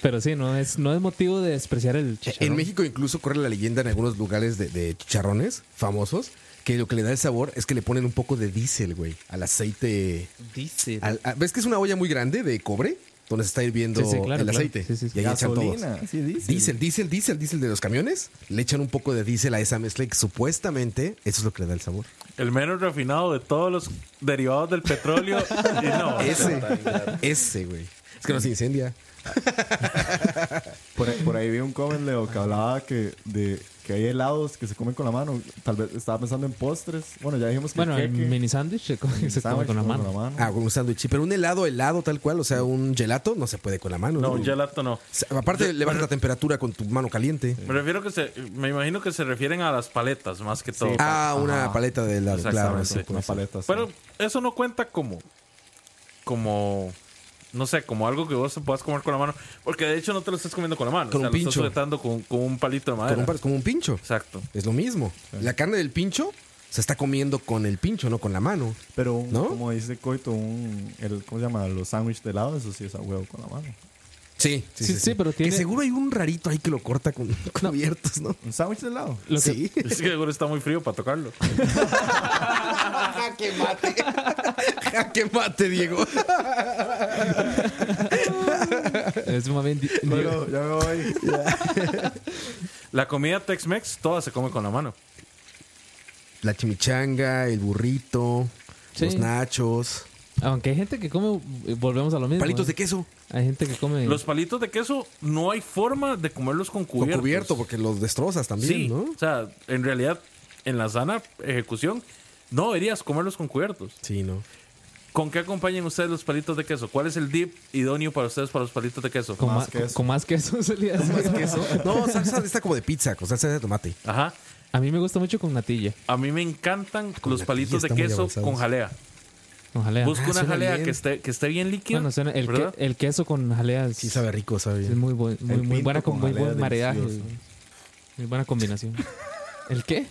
Pero sí, no es, no es motivo de despreciar el chicharrón. Eh, En México incluso corre la leyenda en algunos lugares de, de chicharrones famosos que lo que le da el sabor es que le ponen un poco de diésel, güey, al aceite. dice. al- a- ¿Ves que es una olla muy grande de cobre? Donde se está hirviendo Sí, sí, claro, el claro. aceite. Sí, sí, sí. Y ahí echan todos. Gasolina. Sí, dice. Diesel, diésel, diésel, diésel de los camiones. Le echan un poco de diésel a esa mezcla y que supuestamente eso es lo que le da el sabor. El menos refinado de todos los derivados del petróleo. Y no, Ese, ese, güey. Es que no se incendia. Por, ahí- por ahí vi un comment, Leo, que hablaba que, de, que hay helados que se comen con la mano. Tal vez estaba pensando en postres. Bueno, ya dijimos que Bueno, el queque, mini sándwich se come, se come sándwich con la mano. Ah, con un sándwich. Pero un helado, helado tal cual, o sea, un gelato no se puede con la mano. no, ¿no? un gelato no. O sea, Aparte, le bajas la temperatura con tu mano caliente. Me refiero que se, me imagino que se refieren a las paletas más que todo. Ah, una paleta de helado. Claro, Exactamente. sí, Una puede ser. paleta. sí. Pero eso no cuenta como. Como. No sé, como algo que vos te puedas comer con la mano. Porque de hecho no te lo estás comiendo con la mano. Con o sea, un lo estás pincho. sujetando con, con un palito de madera. Con un par- como un pincho. Exacto. Es lo mismo. La carne del pincho se está comiendo con el pincho, no con la mano. Pero un- ¿No? como dice Coito, un, el, ¿cómo se llama? Los sándwiches de helado, eso sí es a huevo con la mano. Sí, Sí, sí, pero tiene- Que seguro hay un rarito ahí que lo corta con cubiertos, ¿no? ¿Un sándwich de helado? Lo que- sí. Es que seguro está muy frío para tocarlo. Jaque mate. Jaque mate, Diego. es más bien di- di- Bueno, ya me voy. La comida Tex-Mex, toda se come con la mano. La chimichanga, el burrito, Sí. los nachos, Aunque hay gente que come, eh, volvemos a lo mismo. palitos ¿eh? de queso. Hay gente que come. Los palitos de queso no hay forma de comerlos con Con cubiertos. cubierto, porque los destrozas también, Sí, ¿no? o sea, en realidad, en la sana ejecución, no deberías comerlos con cubiertos. Sí, ¿no? ¿Con qué acompañan ustedes los palitos de queso? ¿Cuál es el dip idóneo para ustedes para los palitos de queso? con, más ma- queso. con más queso. sería así. No, salsa de esta como de pizza, con salsa de tomate. Ajá. A mí me gusta mucho con natilla. A mí me encantan los natilla palitos de están muy queso avanzados. con jalea. Con jalea. Ah, Busco Ah, una suena jalea bien. que esté, que esté bien líquida. Bueno, suena- el, que- eh, ¿verdad? el queso con jalea es, Sí, sabe rico, sabe es bien. muy, buen- muy, El muy pinto buena con con muy jalea buen maridaje. delicioso. Muy buena combinación. ¿El qué?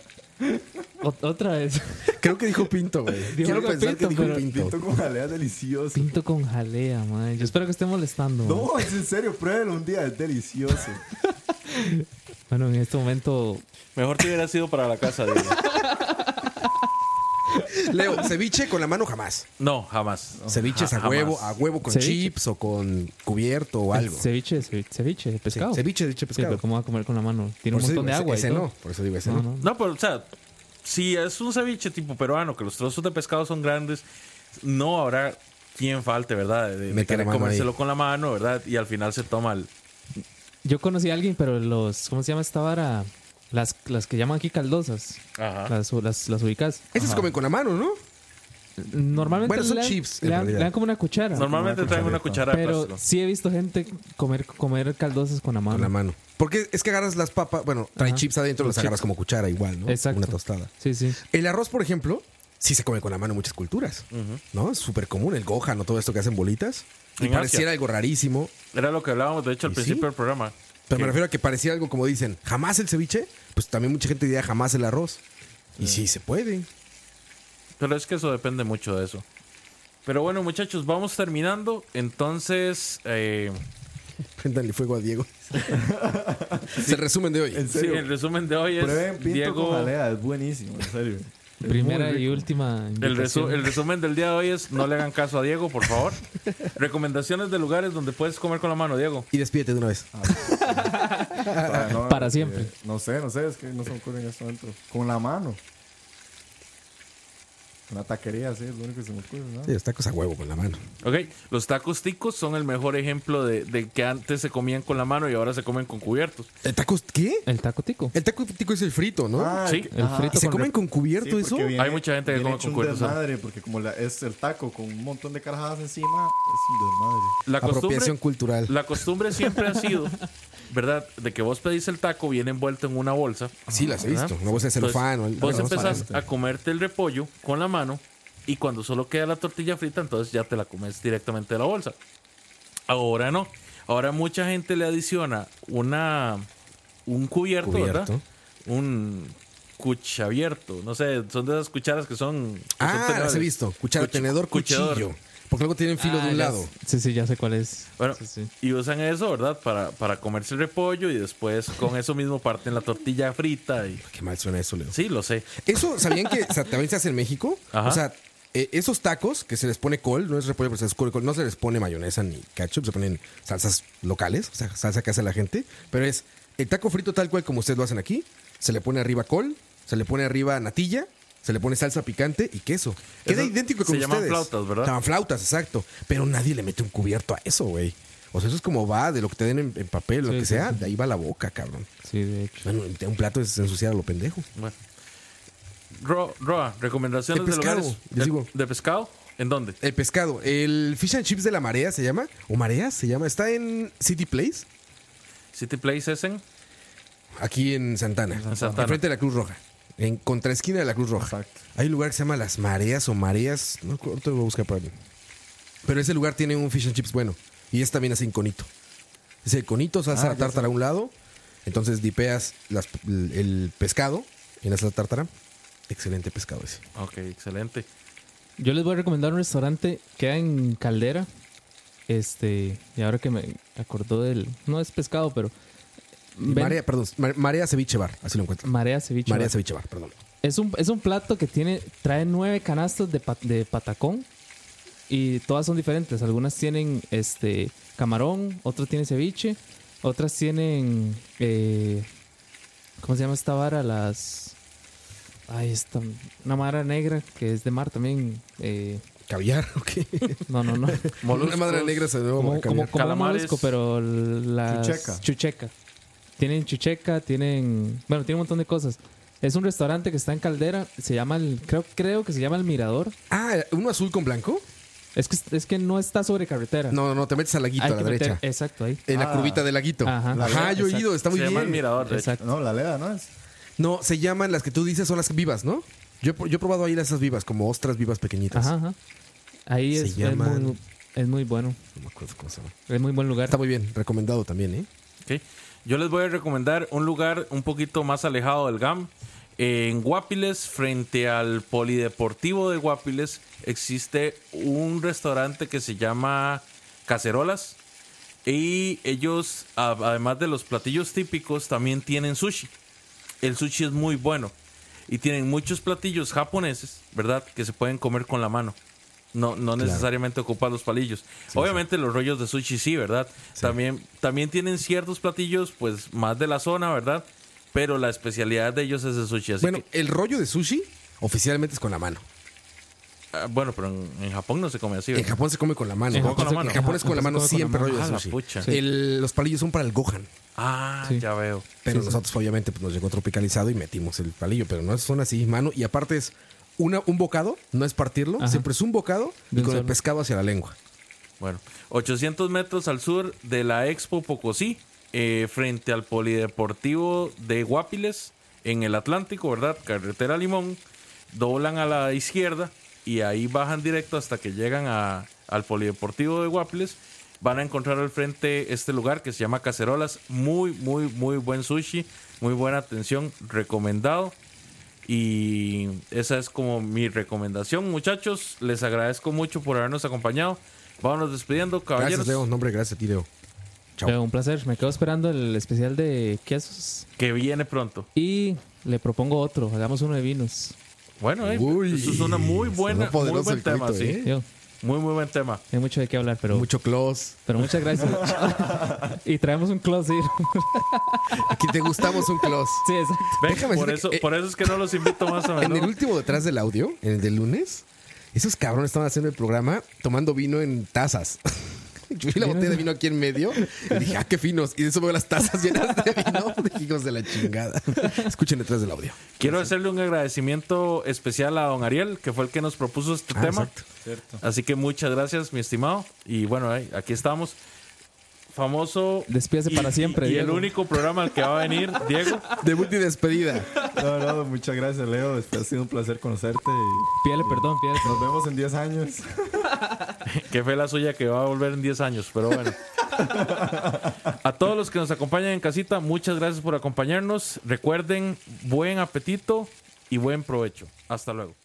Ot- otra vez. Creo que dijo pinto, güey. Dijo Quiero algo pensar pinto, que dijo pero- pinto. Pinto con jalea delicioso. Pinto con jalea, man. Yo espero que esté molestando. man. No, es en serio, pruébelo un día, es delicioso. Bueno, en este momento. Mejor te hubiera sido para la casa, Diego. Leo, ceviche con la mano jamás. No, jamás. Ah, Ceviches Ja- a huevo, a jamás. huevo con Ceviche. chips o con cubierto o el algo. pues, Ceviche, ceviche, ceviche de pescado. Ceviche, dicho Sí, pescado. pero ¿cómo va a comer con la mano? Tiene Por un eso montón de digo, ese- agua. y Ese todo. no, por eso digo ese No, no. no. No, pero, o sea, si es un ceviche tipo peruano, que los trozos de pescado son grandes, no habrá quien falte, ¿verdad? De, de Mete la querer mano comérselo ahí. con la mano, ¿verdad? Y al final se toma el. Ah, Yo conocí a alguien, pero los. ¿Cómo se llama esta vara? Las, las que llaman aquí caldosas. Ajá. Las, las, las ubicas. Esas comen con la mano, ¿no? Normalmente. Bueno, son le dan- chips, en Le dan, realidad. le dan como una cuchara. Normalmente traen una cuchara de pero plástico. sí he visto gente comer, comer caldosas con la mano. Con la mano. Porque es que agarras las papas, bueno, trae Ajá. chips adentro, las agarras como cuchara igual, ¿no? Exacto. Una tostada. Sí, sí. El arroz, por ejemplo, sí se come con la mano en muchas culturas, ¿no? Es súper común el gohan o todo esto que hacen bolitas. Y En pareciera Asia. algo rarísimo, Era lo que hablábamos, de hecho, al Y sí. principio del programa. pero me Que- refiero a que pareciera algo como dicen, jamás el ceviche, pues también mucha gente diría jamás el arroz. Y sí se puede. Pero es que eso depende mucho de eso. Pero bueno, muchachos, vamos terminando. Entonces, eh, Prendanle fuego a Diego. es el resumen de hoy. En sí, serio. el resumen de hoy es Prueben pinto Diego. con jalea, es buenísimo, en serio. Es Primera muy rico. y última. El, resu- invitación. el resumen del día de hoy es no le hagan caso a Diego, por favor. Recomendaciones de lugares donde puedes comer con la mano, Diego. Y despídete de una vez. Ah, no, Para eh, siempre. no sé, no sé, es que no se me ocurre en este momento. Con la mano. Una taquería, sí, es lo único que se me ocurre, ¿no? Sí, los tacos a huevo con la mano. Ok, los tacos ticos son el mejor ejemplo de, de que antes se comían con la mano y ahora se comen con cubiertos. ¿El taco qué? El taco tico. El taco tico es el frito, ¿no? Ah, Sí. que- El ajá. frito ¿Se con comen con Sí, cubierto porque eso? viene- Hay mucha gente que viene come hecho con un cuernos, ¿no? desmadre, porque como la- es el taco con un montón de carajadas encima, es un desmadre. La Apropiación costumbre, cultural. la costumbre siempre ha sido, ¿verdad? De que vos pedís el taco, viene envuelto en una bolsa. Sí, las he Ajá. visto. Una bolsa de celofán. o Entonces, el- vos no, no, empezás a comerte el repollo con la mano y cuando solo queda la tortilla frita, entonces ya te la comes directamente de la bolsa. Ahora no. Ahora mucha gente le adiciona una un cubierto, ¿verdad? Cubierto. Un cuchabierto. No sé, son de esas cucharas que son. que son Ah, las tenedores. he visto. Cuchara, Cuch- tenedor, cuchillador. cuchillo. Porque luego tienen filo Ah, de un ya lado. sé. Sí, sí, ya sé cuál es. Bueno, Sí, sí. y usan eso, ¿verdad? Para, para comerse el repollo y después con eso mismo parten la tortilla frita. Y, Qué mal suena eso, Leo. sí, lo sé. Eso, ¿sabían que o sea, también se hace en México? Ajá. O sea, eh, esos tacos que se les pone col, no es repollo, pero se les pone col, no se les pone mayonesa ni ketchup, se ponen salsas locales, o sea, salsa que hace la gente, pero es el taco frito tal cual como ustedes lo hacen aquí, se le pone arriba col, se le pone arriba natilla, se le pone salsa picante y queso. Queda Eso idéntico se con llaman ustedes. flautas, ¿verdad? Estaban flautas, exacto. Pero nadie le mete un cubierto a eso, güey. O sea, eso es como va, de lo que te den en, en papel, lo Sí, que sí, sea, sí. de ahí va la boca, cabrón. Sí, de hecho. Bueno, un plato es ensuciar a lo pendejo. Bueno. Ro- Roa, recomendaciones De de, pescado, lugares les digo. de pescado. ¿En dónde? El pescado, el fish and chips de la marea se llama, o marea se llama, está en City Place, City Place Essen. aquí en Santana, En Santana. enfrente de la Cruz Roja, en contraesquina de la Cruz Roja. Exacto. Hay un lugar que se llama Las Mareas o Mareas, no ahorita lo voy a buscar para mí. Pero ese lugar tiene un fish and chips bueno, y es también así en conito. Es el conito, salsa Ah, ya tártara a un lado, entonces dipeas las- el, el pescado en la salsa tártara. Excelente pescado ese. Ok, excelente. Yo les voy a recomendar un restaurante que queda en Caldera. Este, y ahora que me acordó del. No es pescado, pero. ven- Marea, perdón, Ma- Marea Ceviche Bar, así lo encuentro. Marea ceviche. Marea ¿verdad? Ceviche Bar, perdón. Es un, es un plato que tiene, trae nueve canastas de, pa- de patacón y todas son diferentes. Algunas tienen este camarón, otras tienen ceviche, otras tienen eh, ¿cómo se llama esta vara? Las ay esta una vara negra que es de mar también. eh, Caviar, ok. no no no. Una madre negra se debe como como, como un Calamares. molusco, pero las Chucheca. chucheca. Tienen chucheca, tienen, bueno, tienen un montón de cosas. Es un restaurante que está en Caldera, se llama el creo creo que se llama El Mirador. Ah, ¿uno azul con blanco? Es que es que no está sobre carretera. No, no, no, te metes al laguito Hay a la que meter- derecha. exacto, ahí. En la Ah. curvita del laguito. Ajá. Ajá, La yo he exacto. ido, está muy Se llama el bien. mirador. Ah, de hecho. Exacto. No, la leda, ¿no es? no, se llaman las que tú dices son las vivas, ¿no? Yo, he- yo he probado ahí las esas vivas, como ostras vivas pequeñitas. Ajá, ajá. Ahí Se es, es llaman- muy, es muy bueno. No me acuerdo cómo se llama. Es muy buen lugar. Está muy bien, recomendado también, ¿eh? Pues Ok. Yo les voy a recomendar un lugar un poquito más alejado del GAM. En Guapiles, frente al Polideportivo de Guapiles, existe un restaurante que se llama Cacerolas. Y ellos, a- además de los platillos típicos, también tienen sushi. El sushi es muy bueno. Y tienen muchos platillos japoneses, ¿verdad? Que se pueden comer con la mano. No, no necesariamente ocupan los palillos. Obviamente los rollos de sushi sí, ¿verdad? También, también tienen ciertos platillos, pues más de la zona, ¿verdad? Pero la especialidad de ellos es el sushi. Así bueno, que, el rollo de sushi oficialmente es con la mano. Ah, bueno, pero en, en Japón no se come así. En ¿verdad? Japón se come con la mano. En ¿no? Japón con la mano. En Japón es con la mano Ajá, siempre con la rollo de mano. sushi. Ah, la pucha. El- los palillos son para el Gohan. Ah, Sí. ya veo. Pero sí. nosotros obviamente pues, nos llegó tropicalizado y metimos el palillo. Pero no son así, mano. Y aparte es una, un bocado, no es partirlo. Ajá. Siempre es un bocado y De un con el solo. pescado hacia la lengua. Bueno, 800 metros al sur de la Expo Pocosí, eh, frente al Polideportivo de Guapiles, en el Atlántico, ¿verdad? Carretera Limón, doblan a la izquierda y ahí bajan directo hasta que llegan a- al Polideportivo de Guapiles. Van a encontrar al frente este lugar que se llama Cacerolas. Muy, muy, muy buen sushi, muy buena atención, recomendado. Y esa es como mi recomendación, muchachos. Les agradezco mucho por habernos acompañado. Vámonos despidiendo, caballeros. Gracias, Leo. Nombre, gracias a ti, Leo. Chao. Leo, un placer. Me quedo esperando el especial de quesos. que viene pronto. Y le propongo otro. Hagamos uno de vinos. Bueno, eh, Uy, eso es una muy buena, sonó muy poderoso buen el tema, coito, sí. ¿eh? Yo, Muy, muy buen tema. hay mucho de qué hablar, pero, Mucho close. pero muchas gracias. y traemos un close ear. Aquí te gustamos un close. sí, exacto. Ven, Déjame por, decirte eso, que, eh, por eso es que no los invito más a En el menudo. último detrás del audio, en el del lunes, esos cabrones estaban haciendo el programa tomando vino en tazas. Yo vi la botella de vino aquí en medio y dije, ah, qué finos. Y de eso veo las tazas llenas de vino de hijos de la chingada. Escuchen detrás del audio. Quiero hacerle un agradecimiento especial a don Ariel, que fue el que nos propuso este Ah, tema. exacto. Así que muchas gracias, mi estimado. Y bueno, ahí- aquí estamos. Famoso. Despídase y- para siempre, Y el Diego. único programa al que va a venir, Diego. Debut y despedida. No, no, muchas gracias, Leo. Este, Ha sido un placer conocerte y Pídele perdón, pídele perdón. nos vemos en 10 años. Que fue la suya que va a volver en 10 años, pero bueno. A todos los que nos acompañan en casita, muchas gracias por acompañarnos. Recuerden, buen apetito y buen provecho. Hasta luego.